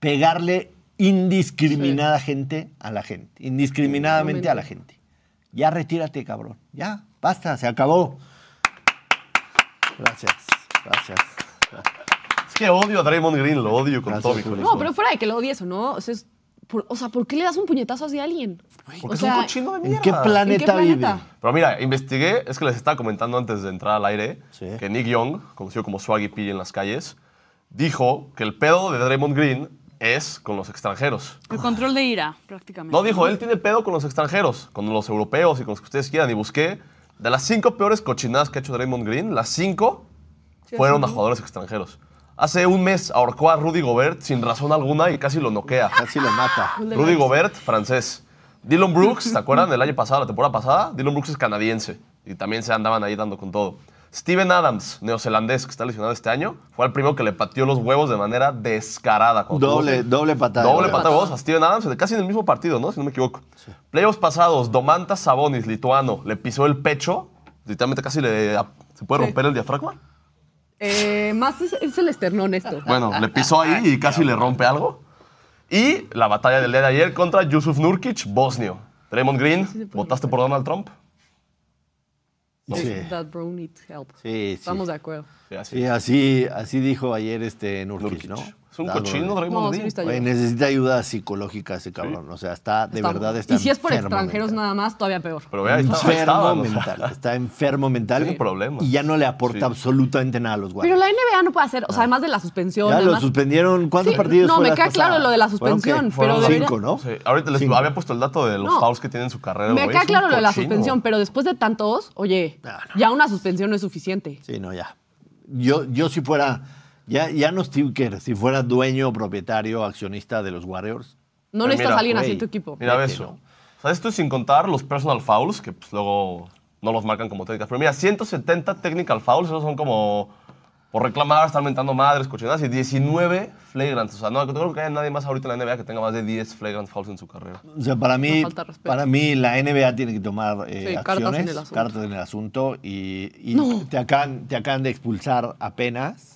S1: pegarle indiscriminada gente a la gente. Indiscriminadamente a la gente. Ya retírate, cabrón. Ya, basta, se acabó. Gracias, gracias.
S3: Es que odio a Draymond Green, lo odio con
S1: Gracias,
S3: todo mi
S1: Julio.
S3: corazón.
S4: No, pero fuera de que lo odies o no, o sea, es por, o sea, ¿por qué le das un puñetazo así a alguien? o
S3: es un
S4: sea,
S3: cochino de
S1: ¿En
S3: mierda.
S1: qué planeta,
S4: Pues ¿En qué
S1: vive?
S4: planeta?
S3: Pero mira, investigué, es que les estaba comentando antes de entrar al aire,
S1: Sí.
S3: que Nick Young, conocido como Swaggy P en las calles, dijo que el pedo de Draymond Green es con los extranjeros.
S5: El control de ira, prácticamente.
S3: No dijo, él tiene pedo con los extranjeros, con los europeos y con los que ustedes quieran. Y busqué, de las cinco peores cochinadas que ha hecho Draymond Green, las cinco fueron a jugadores extranjeros. Hace un mes ahorcó a Rudy Gobert sin razón alguna y casi lo noquea.
S1: Casi lo mata.
S3: Rudy Gobert, francés. Dylan Brooks, ¿se acuerdan? El año pasado, la temporada pasada, Dylan Brooks es canadiense. Y también se andaban ahí dando con todo. Steven Adams, neozelandés, que está lesionado este año, fue el primero que le pateó los huevos de manera descarada. cuando
S1: Doble,
S3: tuvo-
S1: doble patada.
S3: Doble patada de huevos a Steven Adams, casi en el mismo partido, ¿no? Si no me equivoco. Playoffs pasados, Domantas Sabonis, lituano, le pisó el pecho. Literalmente casi le... ¿Se puede romper el diafragma?
S4: Eh, más es, es el esternón esto.
S3: Bueno, le pisó ahí y casi le rompe algo. Y la batalla del día de ayer contra Yusuf Nurkic, bosnio. Draymond Green, ¿votaste por Donald Trump?
S1: Sí,
S4: That bro needs help.
S1: sí. sí.
S4: Estamos de acuerdo.
S3: Sí, así.
S1: Sí, así, así dijo ayer este Nurkic,
S3: Nurkic.
S1: ¿no?
S3: Es un
S1: Dado- eh.
S3: cochino, Draymond
S4: No, sí
S3: Green.
S4: necesita
S1: Oye,
S4: ayuda.
S1: necesita ayuda psicológica ese cabrón. O sea, está, de
S4: Está-
S1: verdad está
S4: Y si es por
S1: enfermo
S4: extranjeros
S1: mental.
S4: nada más, todavía peor.
S3: Pero vea, ahí está- ahí
S1: Enfermo
S3: estaban, o sea.
S1: mental.
S3: [laughs]
S1: Está enfermo mental.
S3: Tiene problemas.
S1: Y ya no le aporta
S3: Sí.
S1: absolutamente nada a los
S4: Pero
S1: guardias.
S4: la NBA no puede hacer, o sea, además de la suspensión.
S1: Ya lo
S4: además-
S1: suspendieron. ¿Cuántos
S4: Sí,
S1: partidos
S4: no,
S1: fue
S4: me
S1: la
S4: queda
S1: pasada?
S4: claro lo de la
S1: Fueron, ¿qué?
S4: suspensión,
S1: Fueron
S4: pero debería-
S1: cinco, ¿no?
S3: Sí, ahorita les
S1: Cinco.
S3: había puesto el dato de los
S4: No.
S3: fouls que tiene en su carrera.
S4: me
S3: güey.
S4: queda
S3: Es un
S4: claro lo de la
S3: cochino.
S4: suspensión, pero después de tantos, oye, ya una suspensión no es suficiente.
S1: Sí, no, ya. Yo, yo si fuera, ya, ya no Steve Kerr, si fuera dueño, propietario, accionista de los Warriors,
S4: No
S3: Pero
S4: necesitas
S3: mira,
S4: a alguien así
S1: güey,
S4: en tu equipo.
S3: Mira
S1: Vete,
S3: eso.
S1: ¿no?
S3: O sea, esto es sin contar los personal fouls, que pues, luego no los marcan como técnicas. Pero mira, 170 technical fouls, esos son como por reclamar, estar mentando madres, cochinadas, y 19 flagrants. O sea, no, creo que haya nadie más ahorita en la NBA que tenga más de 10 flagrant fouls en su carrera.
S1: O sea, para mí,
S4: falta de respeto.
S1: para mí la NBA tiene que tomar eh,
S4: Sí,
S1: acciones,
S4: cartas en el asunto.
S1: cartas en el asunto y, y te, acaban, te acaban de expulsar apenas.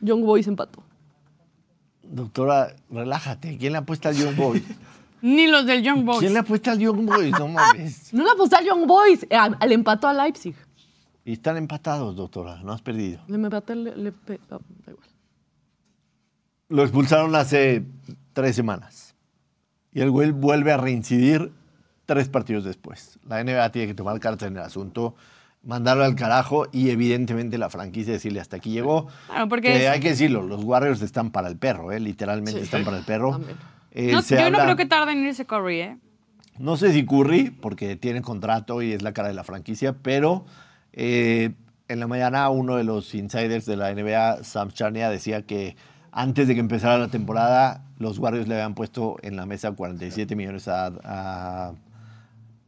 S4: Young Boys empató.
S1: Doctora, relájate. ¿Quién le apuesta al Young
S4: [laughs]
S1: Boy?
S5: Ni los del Young
S1: ¿Quién
S5: Boys.
S1: le apuesta al Young Boy? No mames.
S4: No le aposté al Young Boys, eh, al al empató a Leipzig.
S1: Y están empatados, doctora. No has perdido.
S4: Le me empaté, le, le pe- ah, da igual.
S1: Lo expulsaron hace tres semanas. Y el güey vuelve a reincidir tres partidos después. La NBA tiene que tomar cartas en el asunto, mandarlo al carajo y evidentemente la franquicia decirle hasta aquí llegó.
S5: Claro, porque
S1: Que
S5: es-
S1: hay que decirlo, los Warriors están para el perro, ¿eh? literalmente
S4: Sí.
S1: están para el
S5: [laughs]
S1: perro.
S4: También.
S1: Eh,
S5: No,
S1: se
S5: yo no
S1: habla-
S5: creo que tarde en irse Curry, ¿eh?
S1: no sé si Curry, porque tiene contrato y es la cara de la franquicia, pero eh, en la mañana uno de los insiders de la NBA, Sam Charnia, decía que antes de que empezara la temporada, los Warriors le habían puesto en la mesa 47 millones a, a,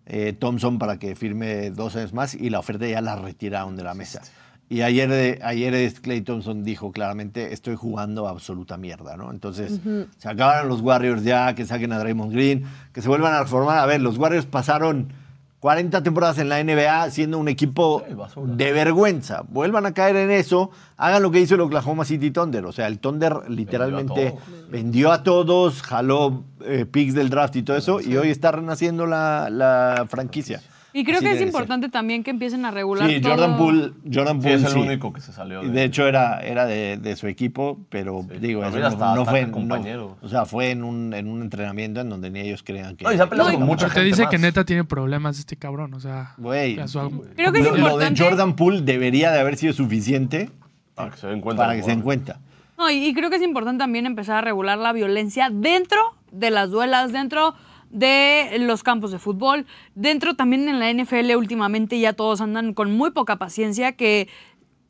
S1: eh, Thompson para que firme dos años más y la oferta ya la retiraron de la mesa. Y ayer, eh, ayer eh, Clay Thompson dijo claramente, estoy jugando a absoluta mierda, ¿no? Entonces, se acabaron los Warriors ya, que saquen a Draymond Green, que se vuelvan a reformar. A ver, los Warriors pasaron 40 temporadas en la NBA siendo un equipo de vergüenza. Vuelvan a caer en eso, hagan lo que hizo el Oklahoma City Thunder. O sea, el Thunder literalmente vendió a todos, jaló eh, picks del draft y todo eso, y hoy está renaciendo la, la franquicia.
S5: Y creo
S1: Así
S5: que es
S1: debe ser.
S5: importante también que empiecen a regular
S1: Sí,
S5: todo.
S1: Jordan Poole, Jordan
S3: Sí,
S1: Poole
S3: es el
S1: sí.
S3: único que se salió.
S1: Y
S3: de-
S1: De hecho, era, era de, de su equipo, pero digo,
S3: Pero
S1: eso
S3: mira,
S1: no,
S3: hasta
S1: no
S3: ataca
S1: fue no-
S3: compañeros.
S1: o sea, fue en un, en un entrenamiento en donde ni ellos creían que.
S3: No, y se ha peleado
S5: No, y-
S3: con mucha
S2: Pero te
S3: gente
S2: dice que
S3: más.
S2: neta tiene problemas este cabrón, o sea.
S1: Güey,
S2: ya su-
S5: Creo que es
S1: lo, lo de
S5: importante.
S1: Jordan Poole debería de haber sido suficiente
S3: Para que se den cuenta.
S1: para que se den
S3: encuentren.
S1: cuenta.
S5: No, y, y creo que es importante también empezar a regular la violencia dentro de las duelas, dentro de los campos de fútbol, dentro también en la NFL últimamente ya todos andan con muy poca paciencia que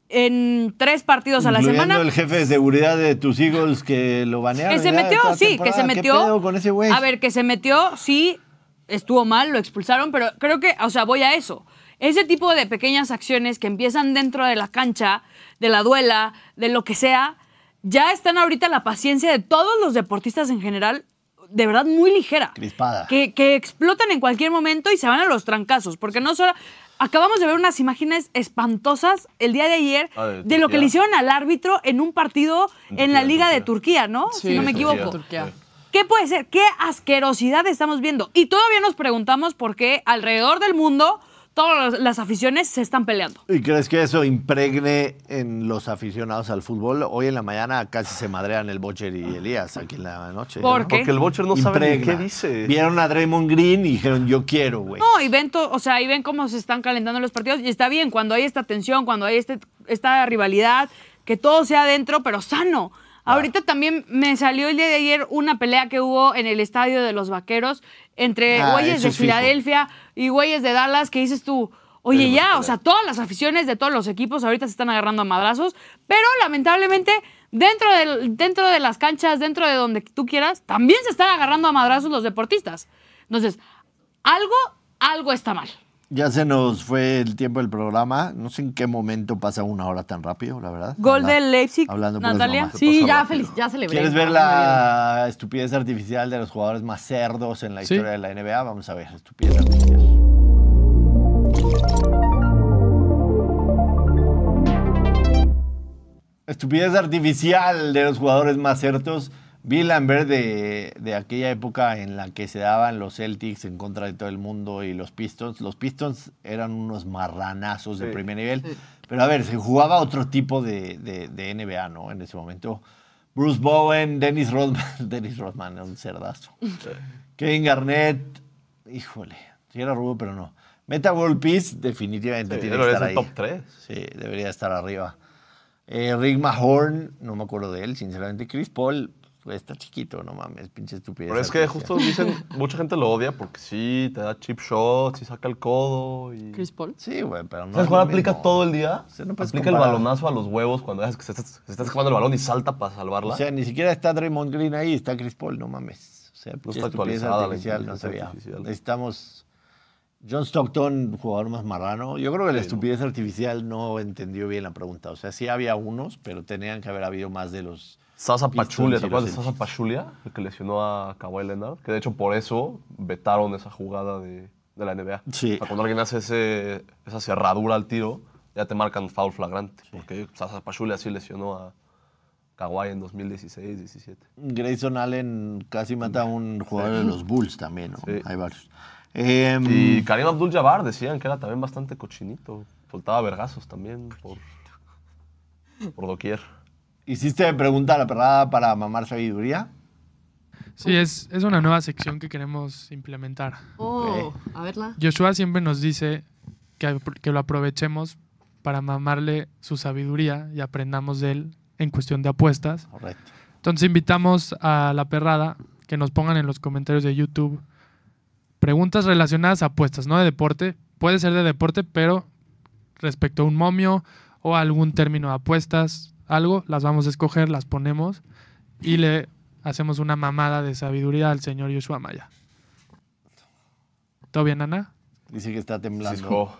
S5: en tres partidos a la
S1: Incluyendo
S5: semana
S1: el jefe de seguridad de tus Eagles que lo banearon.
S5: que se
S1: ya
S5: metió,
S1: esta
S5: sí, que se
S1: temporada. ¿Qué
S5: metió.
S1: pedo con ese güey?
S5: A ver, que se metió, sí, estuvo mal, lo expulsaron, pero creo que, o sea, voy a eso. Ese tipo de pequeñas acciones que empiezan dentro de la cancha, de la duela, de lo que sea, ya están ahorita la paciencia de todos los deportistas en general, de verdad muy ligera.
S1: Crispada.
S5: Que, que explotan en cualquier momento y se van a los trancazos, porque no solo... Acabamos de ver unas imágenes espantosas el día de ayer
S3: Ah, de
S5: de lo que
S3: Turquía.
S5: le hicieron al árbitro en un partido en,
S3: En
S5: la
S3: Turquía,
S5: Liga de
S3: Turquía.
S5: Turquía, ¿no? si no me
S3: Turquía.
S5: equivoco.
S4: Turquía.
S3: Sí.
S5: ¿Qué puede ser? ¿Qué asquerosidad estamos viendo? Y todavía nos preguntamos por qué alrededor del mundo todas las- las aficiones se están peleando.
S1: ¿Y crees que eso impregne en los aficionados al fútbol? Hoy en la mañana casi se madrean el Bocher y Elías aquí en la noche.
S5: ¿Por
S1: ¿no?
S5: qué?
S3: Porque el Bocher no sabe ni
S1: Impregna.
S3: qué dice.
S1: Vieron a Draymond Green y dijeron, yo quiero, güey.
S5: No, y ven, to- o sea, y ven cómo se están calentando los partidos y está bien cuando hay esta tensión, cuando hay este, esta rivalidad, que todo sea adentro, pero sano. Ahorita también me salió el día de ayer una pelea que hubo en el estadio de los Vaqueros entre
S1: Ah,
S5: güeyes
S1: eso
S5: de
S1: es fijo.
S5: Filadelfia y güeyes de Dallas que dices tú, oye ya, o sea, todas las aficiones de todos los equipos ahorita se están agarrando a madrazos, pero lamentablemente dentro, del, dentro de las canchas, dentro de donde tú quieras, también se están agarrando a madrazos los deportistas. Entonces, algo, algo está mal.
S1: Ya se nos fue el tiempo del programa. No sé en qué momento pasa una hora tan rápido, la verdad.
S5: Gol
S1: Habla-
S5: del Leipzig,
S1: Hablando por
S5: Natalia.
S1: Natalia.
S4: Sí,
S3: Pasa
S4: ya,
S3: rápido.
S4: feliz, ya celebré.
S1: ¿Quieres ver
S4: Ya,
S1: la estupidez artificial de los jugadores más cerdos en la
S2: Sí.
S1: historia de la NBA? Vamos a ver, estupidez artificial. Estupidez artificial de los jugadores más cerdos. Bill Lambert de, de aquella época en la que se daban los Celtics en contra de todo el mundo y los Pistons. Los Pistons eran unos marranazos de
S3: Sí.
S1: primer nivel. Pero a ver, se jugaba otro tipo de, de- de NBA, ¿no? En ese momento. Bruce Bowen, Dennis Rodman. [laughs] Dennis Rodman era un cerdazo. Kevin Garnett. Híjole, sí era rudo, pero no. Meta World Peace definitivamente
S3: Sí,
S1: tiene
S3: pero
S1: que
S3: es
S1: estar
S3: el
S1: ahí.
S3: top 3.
S1: Sí, debería estar arriba. Eh, Rick Mahorn, no me acuerdo de él, sinceramente. Chris Paul, pues, está chiquito, no mames, pinche estupidez.
S3: Pero es que
S1: artificial.
S3: justo dicen, mucha gente lo odia porque sí, te da chip shots, sí saca el codo. Y...
S4: Chris Paul.
S1: Sí, güey, pero no.
S3: ¿Sabes
S1: es
S3: cuál
S1: lo
S3: aplica
S1: mismo.
S3: todo el día?
S1: O sea, no puedes
S3: aplica
S1: comparar.
S3: el balonazo a los huevos cuando dejas que se, está- se está escapando el balón y salta para salvarla.
S1: O sea, ni siquiera está Draymond Green ahí, está Chris Paul, no mames. O sea, pinche
S3: está
S1: estupidez
S3: actualizada la
S1: artificial, no
S3: inteligencia
S1: sabía.
S3: artificial.
S1: Necesitamos. John Stockton, jugador más marrano. Yo creo que la estupidez artificial no entendió bien la pregunta. O sea, sí había unos, pero tenían que haber habido más de los.
S3: Sasa
S1: Pistons
S3: Pachulia,
S1: y
S3: ¿te acuerdas de
S1: los
S3: Sasa Pachulia? El que lesionó a Kawhi Leonard. Que de hecho por eso vetaron esa jugada de, de la NBA.
S1: Sí.
S3: O sea, cuando alguien hace ese- esa cerradura al tiro, ya te marcan foul flagrante. Porque Sasa Pachulia sí lesionó a Kawhi en 2016, 17.
S1: Grayson Allen casi mata a un jugador de los Bulls también, ¿no?
S3: Sí.
S1: Hay varios. Em,
S3: Y Karim Abdul-Jabbar decían que era también bastante cochinito. Soltaba vergazos también por, por doquier.
S1: ¿Hiciste pregunta a la perrada para mamar sabiduría?
S2: Sí, es, es una nueva sección que queremos implementar.
S4: Oh, a verla.
S2: Joshua siempre nos dice que, que lo aprovechemos para mamarle su sabiduría y aprendamos de él en cuestión de apuestas.
S1: Correcto.
S2: Entonces invitamos a la perrada que nos pongan en los comentarios de YouTube preguntas relacionadas a apuestas, no de deporte. Puede ser de deporte, pero respecto a un momio o a algún término de apuestas, algo, las vamos a escoger, las ponemos y le hacemos una mamada de sabiduría al señor Yoshua Maya. ¿Todo bien, Ana?
S1: Dice que está temblando.
S3: Cisco.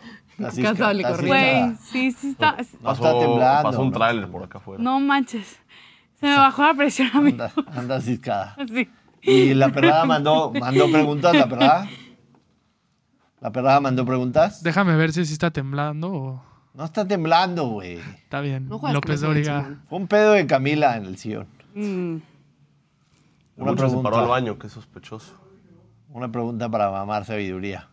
S1: Así
S4: Acá
S1: está-
S4: sale
S1: está así
S5: Güey,
S1: la-
S5: sí, sí está.
S1: No
S3: Pasó,
S1: está temblando.
S3: pasó un
S1: no.
S3: tráiler por acá afuera.
S5: No manches. Se me bajó la presión a mí. [laughs]
S1: Anda, anda ciscada.
S5: Así.
S1: Y la perrada mandó, mandó preguntas, la perrada. La perrada mandó preguntas.
S2: Déjame ver si sí está temblando o
S1: No está temblando, güey.
S2: está bien.
S4: No juegas con
S2: López
S4: eso,
S2: Dóriga.
S4: Simón.
S1: Fue un pedo de Camila en el sillón.
S5: Mm.
S1: Una
S3: Mucho se
S1: pregunta.
S3: paró al baño, qué sospechoso.
S1: Una pregunta para mamar sabiduría.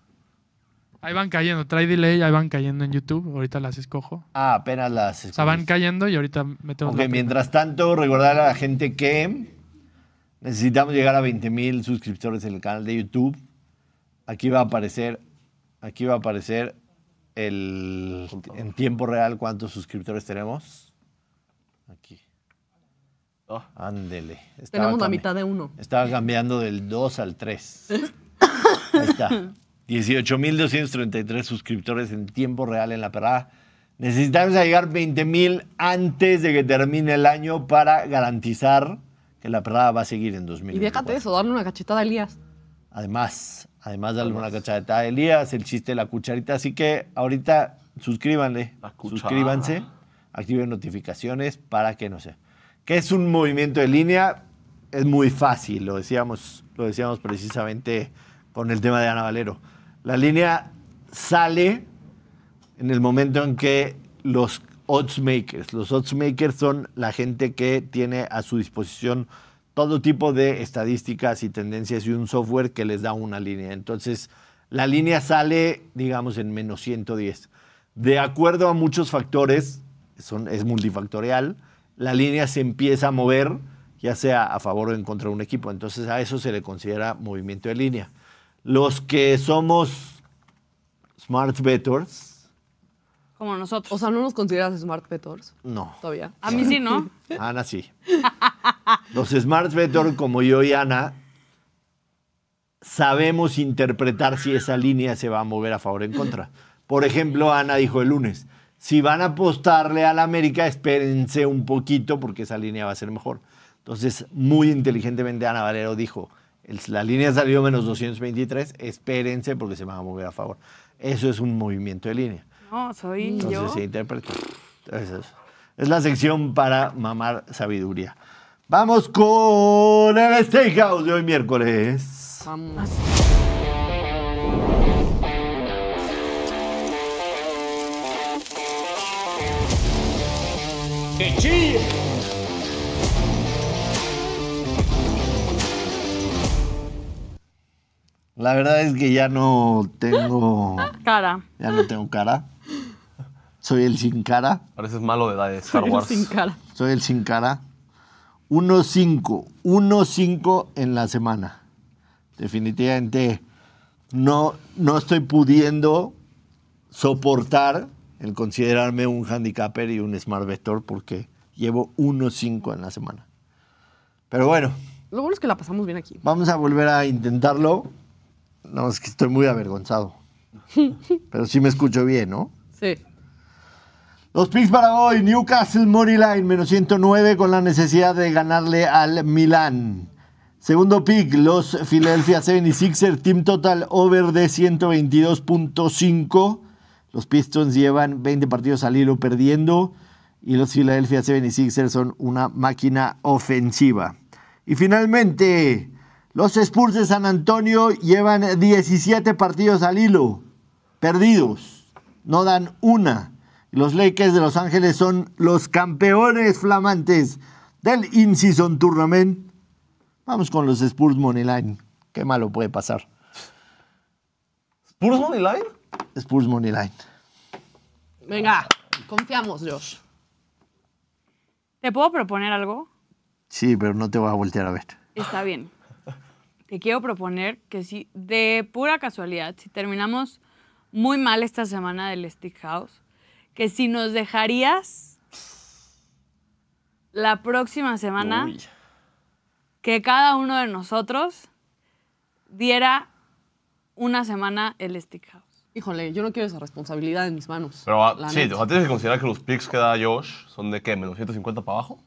S2: Ahí van cayendo, trae delay, ahí van cayendo en YouTube, ahorita las escojo.
S1: Ah, apenas las...
S2: O sea, van cayendo y ahorita metemos
S1: Ok,
S2: la primera.
S1: mientras tanto, recordar a la gente que necesitamos llegar a 20.000 suscriptores en el canal de YouTube. Aquí va a aparecer, aquí va a aparecer el, en tiempo real cuántos suscriptores tenemos. Aquí.
S3: Ah.
S1: Ándele. Estaba
S4: Tenemos la
S1: cambi-
S4: mitad de uno.
S1: Estaba cambiando del 2 al
S4: [laughs]
S1: 3. Ahí está. 18.233 suscriptores en tiempo real en la perrada. Necesitamos llegar 20.000 antes de que termine el año para garantizar que la perrada va a seguir en 2000.
S4: Y déjate eso, darle una cachetada a Elías.
S1: Además, además de alguna cachadeta de Elías, el chiste de la cucharita. Así que ahorita suscríbanle,
S3: La cuchara.
S1: suscríbanse, activen notificaciones para que no sea. Que es un movimiento de línea, es muy fácil, lo decíamos, lo decíamos precisamente con el tema de Ana Valero. La línea sale en el momento en que los odds makers, los odds makers son la gente que tiene a su disposición todo tipo de estadísticas y tendencias y un software que les da una línea. Entonces, la línea sale, digamos, en menos 110. De acuerdo a muchos factores, son, es multifactorial, la línea se empieza a mover, ya sea a favor o en contra de un equipo. Entonces, a eso se le considera movimiento de línea. Los que somos smart bettors,
S5: Como nosotros.
S4: O sea, ¿no nos consideras smart petors? [laughs]
S1: no.
S4: Todavía.
S5: a mí
S1: [laughs]
S5: sí, ¿no?
S1: Ana sí. Los Smart Vector, como yo y Ana, sabemos interpretar si esa línea se va a mover a favor o en contra. Por ejemplo, Ana dijo el lunes, si van a apostarle al América, espérense un poquito porque esa línea va a ser mejor. Entonces, muy inteligentemente Ana Valero dijo, "El- la línea salió menos 223, espérense porque se van a mover a favor. Eso es un movimiento de línea.
S5: No, soy
S1: Entonces
S5: yo.
S1: se interpreta. Es, eso. Es la sección para mamar sabiduría. Vamos con el Steakhouse de hoy miércoles.
S4: Vamos.
S1: La verdad es que ya no tengo.
S5: Cara.
S1: Ya no tengo cara. Soy el sin cara.
S3: Pareces malo de edad de Star
S4: Eres
S3: Wars.
S4: Sin cara.
S1: Soy el sin cara. 1-5. 1-5 en la semana. Definitivamente no, no estoy pudiendo soportar el considerarme un handicapper y un smart vector porque llevo 1-5 en la semana. Pero bueno,
S4: Lo bueno es que la pasamos bien aquí.
S1: vamos a volver a intentarlo. No, es que estoy muy avergonzado. Pero sí me escucho bien, ¿no?
S4: Sí.
S1: Los picks para hoy, Newcastle Money Line, menos 109 con la necesidad de ganarle al Milán. Segundo pick, los Philadelphia 76ers, team total over de 122.5. Los Pistons llevan 20 partidos al hilo perdiendo y los Philadelphia 76ers son una máquina ofensiva. Y finalmente, los Spurs de San Antonio llevan 17 partidos al hilo perdidos no dan una. Los Lakers de Los Ángeles son los campeones flamantes del In-Season Tournament. Vamos con los Spurs Moneyline. Qué malo puede pasar.
S3: ¿Puros Money Line?
S1: Spurs Moneyline.
S4: Venga, confiamos, Josh.
S5: ¿Te puedo proponer algo?
S1: Sí, pero no te vas a voltear a ver.
S5: Está bien. Te quiero proponer que si de pura casualidad, si terminamos muy mal esta semana del Stick House, que si nos dejarías la próxima semana
S3: Uy.
S5: que cada uno de nosotros diera una semana el Stick House.
S4: Híjole, yo no quiero esa responsabilidad en mis manos.
S3: Pero ah,
S4: la
S3: sí,
S4: neta.
S3: o sea, tienes que considerar que los picks que da Josh son de qué, menos 150 para abajo.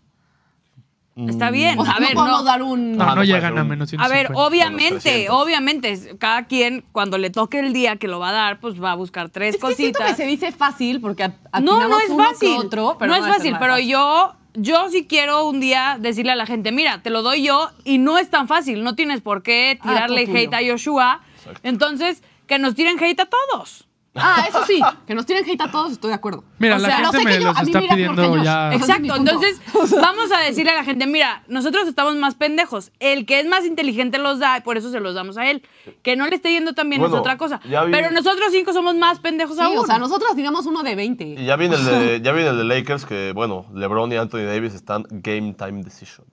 S3: Mm.
S5: Está bien.
S4: O sea,
S5: a
S4: [laughs]
S5: ver,
S4: no podemos
S5: no.
S4: dar un...
S2: No,
S3: Ah,
S2: no,
S3: no puede
S2: llegan
S3: ser
S2: a
S3: un-
S2: menos 150.
S5: A ver,
S3: Los
S5: obviamente,
S3: 300.
S5: obviamente, es- cada quien cuando le toque el día que lo va a dar, pues va a buscar tres
S4: Es que siento
S5: cositas.
S4: que se dice fácil porque ap-
S5: no, no
S4: atinamos
S5: es
S4: uno que
S5: fácil.
S4: otro, pero
S5: no, es
S4: debe ser
S5: fácil,
S4: nada
S5: pero yo, yo sí quiero un día decirle a la gente, mira, te lo doy yo y no es tan fácil, no tienes por qué
S4: Ah,
S5: tirarle
S4: todo tuyo.
S5: hate a Joshua. Entonces, que nos tiren hate a todos.
S4: Ah, eso sí, que nos tienen hate a todos, estoy de acuerdo.
S2: Mira,
S4: O
S2: la
S4: sea,
S2: gente
S4: no sé
S2: me
S4: que yo-
S2: los
S4: a mí
S2: está
S4: mira,
S2: pidiendo
S4: porque yo-
S2: ya.
S4: Ese es
S5: Exacto,
S4: Ah, mi punto. [laughs]
S5: entonces vamos a decirle a la gente, mira, nosotros estamos más pendejos, el que es más inteligente los da, y por eso se los damos a él. Que no le esté yendo tan bien es
S3: Bueno,
S5: otra cosa.
S3: ya vi-
S5: Pero nosotros cinco somos más pendejos
S4: Sí,
S5: aún.
S4: o sea, nosotros digamos uno de 20.
S3: Y ya viene, el de, ya viene el de Lakers, que bueno, LeBron y Anthony Davis están game time decision.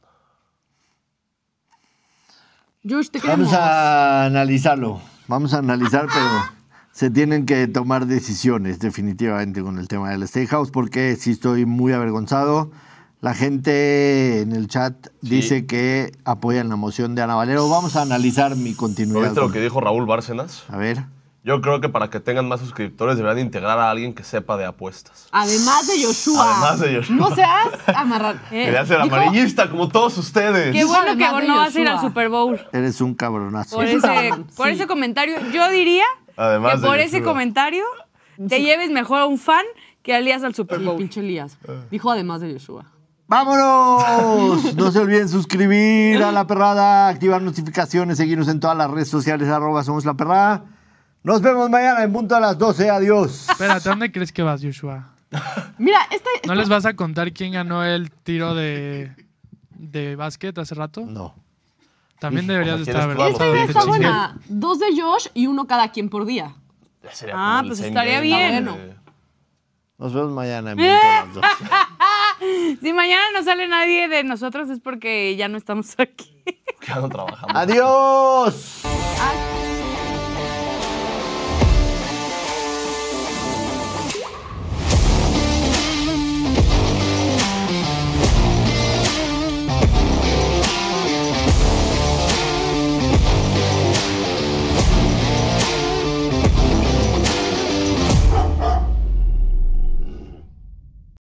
S4: Josh, te queremos.
S1: Vamos a analizarlo. Vamos a analizar, pero se tienen que tomar decisiones definitivamente con el tema del State House porque sí estoy muy avergonzado. La gente en el chat dice que apoyan la moción de Ana Valero. Vamos a analizar mi
S3: ¿No
S1: continuidad.
S3: viste lo
S1: con-
S3: que dijo Raúl Bárcenas?
S1: A ver.
S3: Yo creo que para que tengan más suscriptores deberán integrar a alguien que sepa de apuestas.
S4: Además de Joshua.
S3: Además de Joshua.
S4: No seas
S3: [laughs]
S4: amarrar.
S3: Quería ser
S4: dijo-
S3: amarillista como todos ustedes.
S5: Eh, Qué bueno que
S4: Además de
S5: no vas a ir al
S4: Joshua.
S5: Super Bowl.
S1: Eres un cabronazo. [laughs]
S5: Por ese, por
S4: Sí.
S5: ese comentario, yo diría
S3: Además
S5: que
S3: de
S5: por ese
S3: Yoshua.
S5: comentario te lleves mejor a un fan que al Elías al Super
S4: El
S5: Bowl.
S4: pinche Elías.
S3: Ah.
S4: Dijo además de Joshua.
S1: ¡Vámonos! No se olviden suscribir a La Perrada, activar notificaciones, seguirnos en todas las redes sociales, arroba somos La Perrada. Nos vemos mañana en punto a las 12. Adiós.
S2: Espérate, ¿a ¿dónde crees que vas, Joshua?
S4: Mira, este.
S2: ¿No les vas a contar quién ganó el tiro de, de básquet hace rato?
S1: No.
S2: También deberías de
S3: ¿quieres
S2: estar
S3: tú algo?
S2: avergonzado.
S4: Esta idea
S3: Sí,
S4: está
S3: sí.
S4: buena. Dos de Josh y uno cada quien por día.
S3: Ya sería
S5: Ah,
S3: como el
S5: pues
S3: same
S5: estaría
S3: game,
S5: bien.
S3: ¿no?
S5: Bueno.
S1: Nos vemos mañana en punto a las 12.
S5: Si mañana no sale nadie de nosotros es porque ya no estamos [laughs] aquí.
S1: Ah,
S3: Que ya no trabajamos.
S1: Adiós.
S4: Ah,